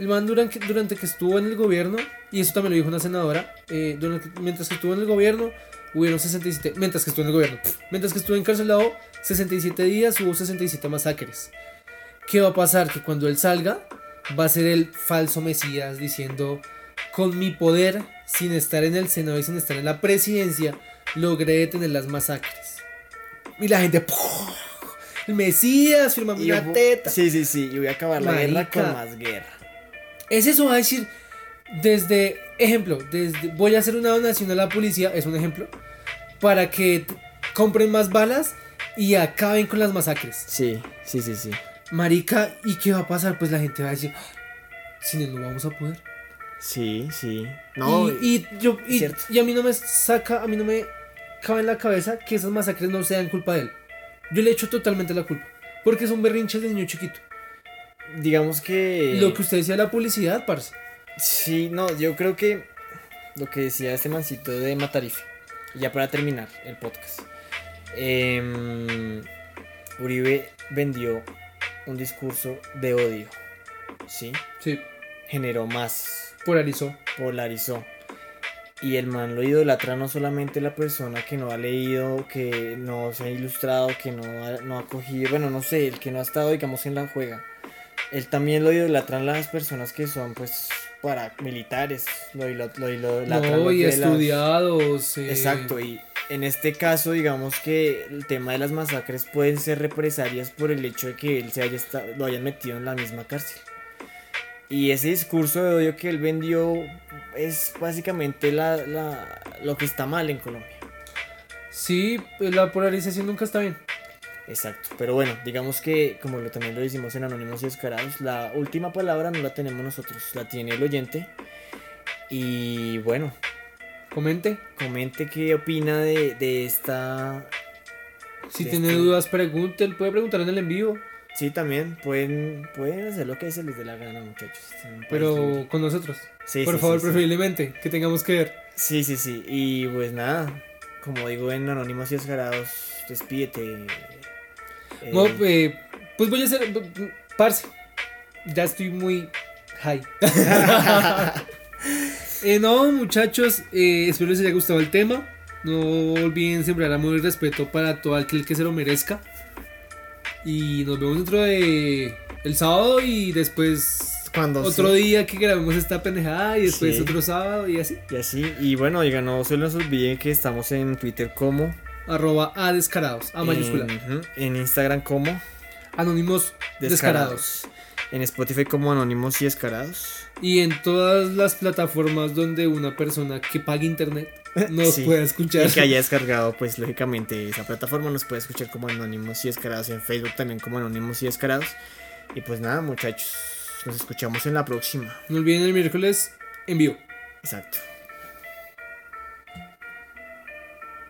Speaker 2: El man duran- durante, que estuvo en el gobierno, y eso también lo dijo una senadora, eh, durante- mientras que estuvo en el gobierno, hubieron 67, mientras que estuvo en el gobierno, mientras que estuvo encarcelado 67 días, hubo 67 masacres. ¿Qué va a pasar? Que cuando él salga, va a ser el falso Mesías diciendo, con mi poder, sin estar en el Senado y sin estar en la presidencia, logré detener las masacres. Y la gente, ¡puf! el Mesías, firma
Speaker 1: Y
Speaker 2: una
Speaker 1: hubo-
Speaker 2: teta.
Speaker 1: Sí, sí, sí. Y voy a acabar la guerra
Speaker 2: Marica.
Speaker 1: con más guerra.
Speaker 2: Es eso, va a decir, desde, ejemplo, desde, voy a hacer una donación a la policía, es un ejemplo, para que t- compren más balas y acaben con las masacres.
Speaker 1: Sí, sí, sí, sí.
Speaker 2: Marica, ¿y qué va a pasar? Pues la gente va a decir, sin él no vamos a poder.
Speaker 1: Sí, sí. No,
Speaker 2: y, y yo, y,
Speaker 1: cierto.
Speaker 2: y a mí no me saca, a mí no me cabe en la cabeza que esas masacres no sean culpa de él. Yo le echo totalmente la culpa, porque son berrinches de niño chiquito.
Speaker 1: digamos que.
Speaker 2: Lo que usted decía de la publicidad, parce.
Speaker 1: Sí, no, yo creo que lo que decía este mancito de Matarife, ya para terminar el podcast. em, Uribe vendió un discurso de odio, ¿sí?
Speaker 2: Sí,
Speaker 1: Generó más,
Speaker 2: polarizó.
Speaker 1: polarizó. Y el man lo idolatra no solamente la persona que no ha leído, que no se ha ilustrado, que no ha, no ha cogido, bueno, no sé, el que no ha estado, digamos, en la juega. Él también lo idolatran las personas que son, pues, paramilitares. Lo, ilo- lo idolatran.
Speaker 2: No,
Speaker 1: los
Speaker 2: y
Speaker 1: de las-
Speaker 2: estudiados. eh,
Speaker 1: Exacto, y en este caso, digamos que el tema de las masacres pueden ser represalias por el hecho de que él se haya esta- lo hayan metido en la misma cárcel. Y ese discurso de odio que él vendió es básicamente la, la- lo que está mal en Colombia.
Speaker 2: Sí, la polarización nunca está bien.
Speaker 1: Exacto, pero bueno, digamos que como lo, también lo decimos en Anónimos y Descarados, la última palabra no la tenemos nosotros, la tiene el oyente. Y bueno,
Speaker 2: Comente.
Speaker 1: comente qué opina de, de esta...
Speaker 2: Si
Speaker 1: Sí,
Speaker 2: tiene
Speaker 1: sí.
Speaker 2: dudas, pregunte. Puede preguntar en el en vivo.
Speaker 1: Sí, también pueden, pueden hacer lo que se les dé la gana, muchachos. Este es un país libre.
Speaker 2: Pero con nosotros.
Speaker 1: Sí,
Speaker 2: Por
Speaker 1: sí,
Speaker 2: favor,
Speaker 1: sí, sí.
Speaker 2: preferiblemente. Que tengamos que ver.
Speaker 1: Sí, sí, sí. Y pues nada, como digo en Anónimos y Descarados, despídete. eh,
Speaker 2: No, eh, pues voy a hacer. Parce. Ya estoy muy high. Eh, no, muchachos. eh, espero les haya gustado el tema. No olviden sembrar amor y respeto para todo aquel que se lo merezca. Y nos vemos dentro de. El sábado y después.
Speaker 1: cuando
Speaker 2: Otro
Speaker 1: se-
Speaker 2: día que grabemos esta pendejada y después
Speaker 1: Sí.
Speaker 2: otro sábado y así.
Speaker 1: Y así, y bueno, oigan, no se les olvide que estamos en Twitter como.
Speaker 2: Arroba a descarados, a mayúscula.
Speaker 1: En, ujú, en Instagram como
Speaker 2: Anónimos
Speaker 1: Descarados.
Speaker 2: descarados.
Speaker 1: En Spotify como Anónimos y Descarados.
Speaker 2: Y en todas las plataformas donde una persona que pague internet nos
Speaker 1: Sí.
Speaker 2: pueda escuchar.
Speaker 1: Y que haya descargado, pues lógicamente, esa plataforma nos puede escuchar como Anónimos y Descarados. En Facebook también como Anónimos y Descarados. Y pues nada, muchachos, nos escuchamos en la próxima.
Speaker 2: No olviden el miércoles en vivo.
Speaker 1: Exacto.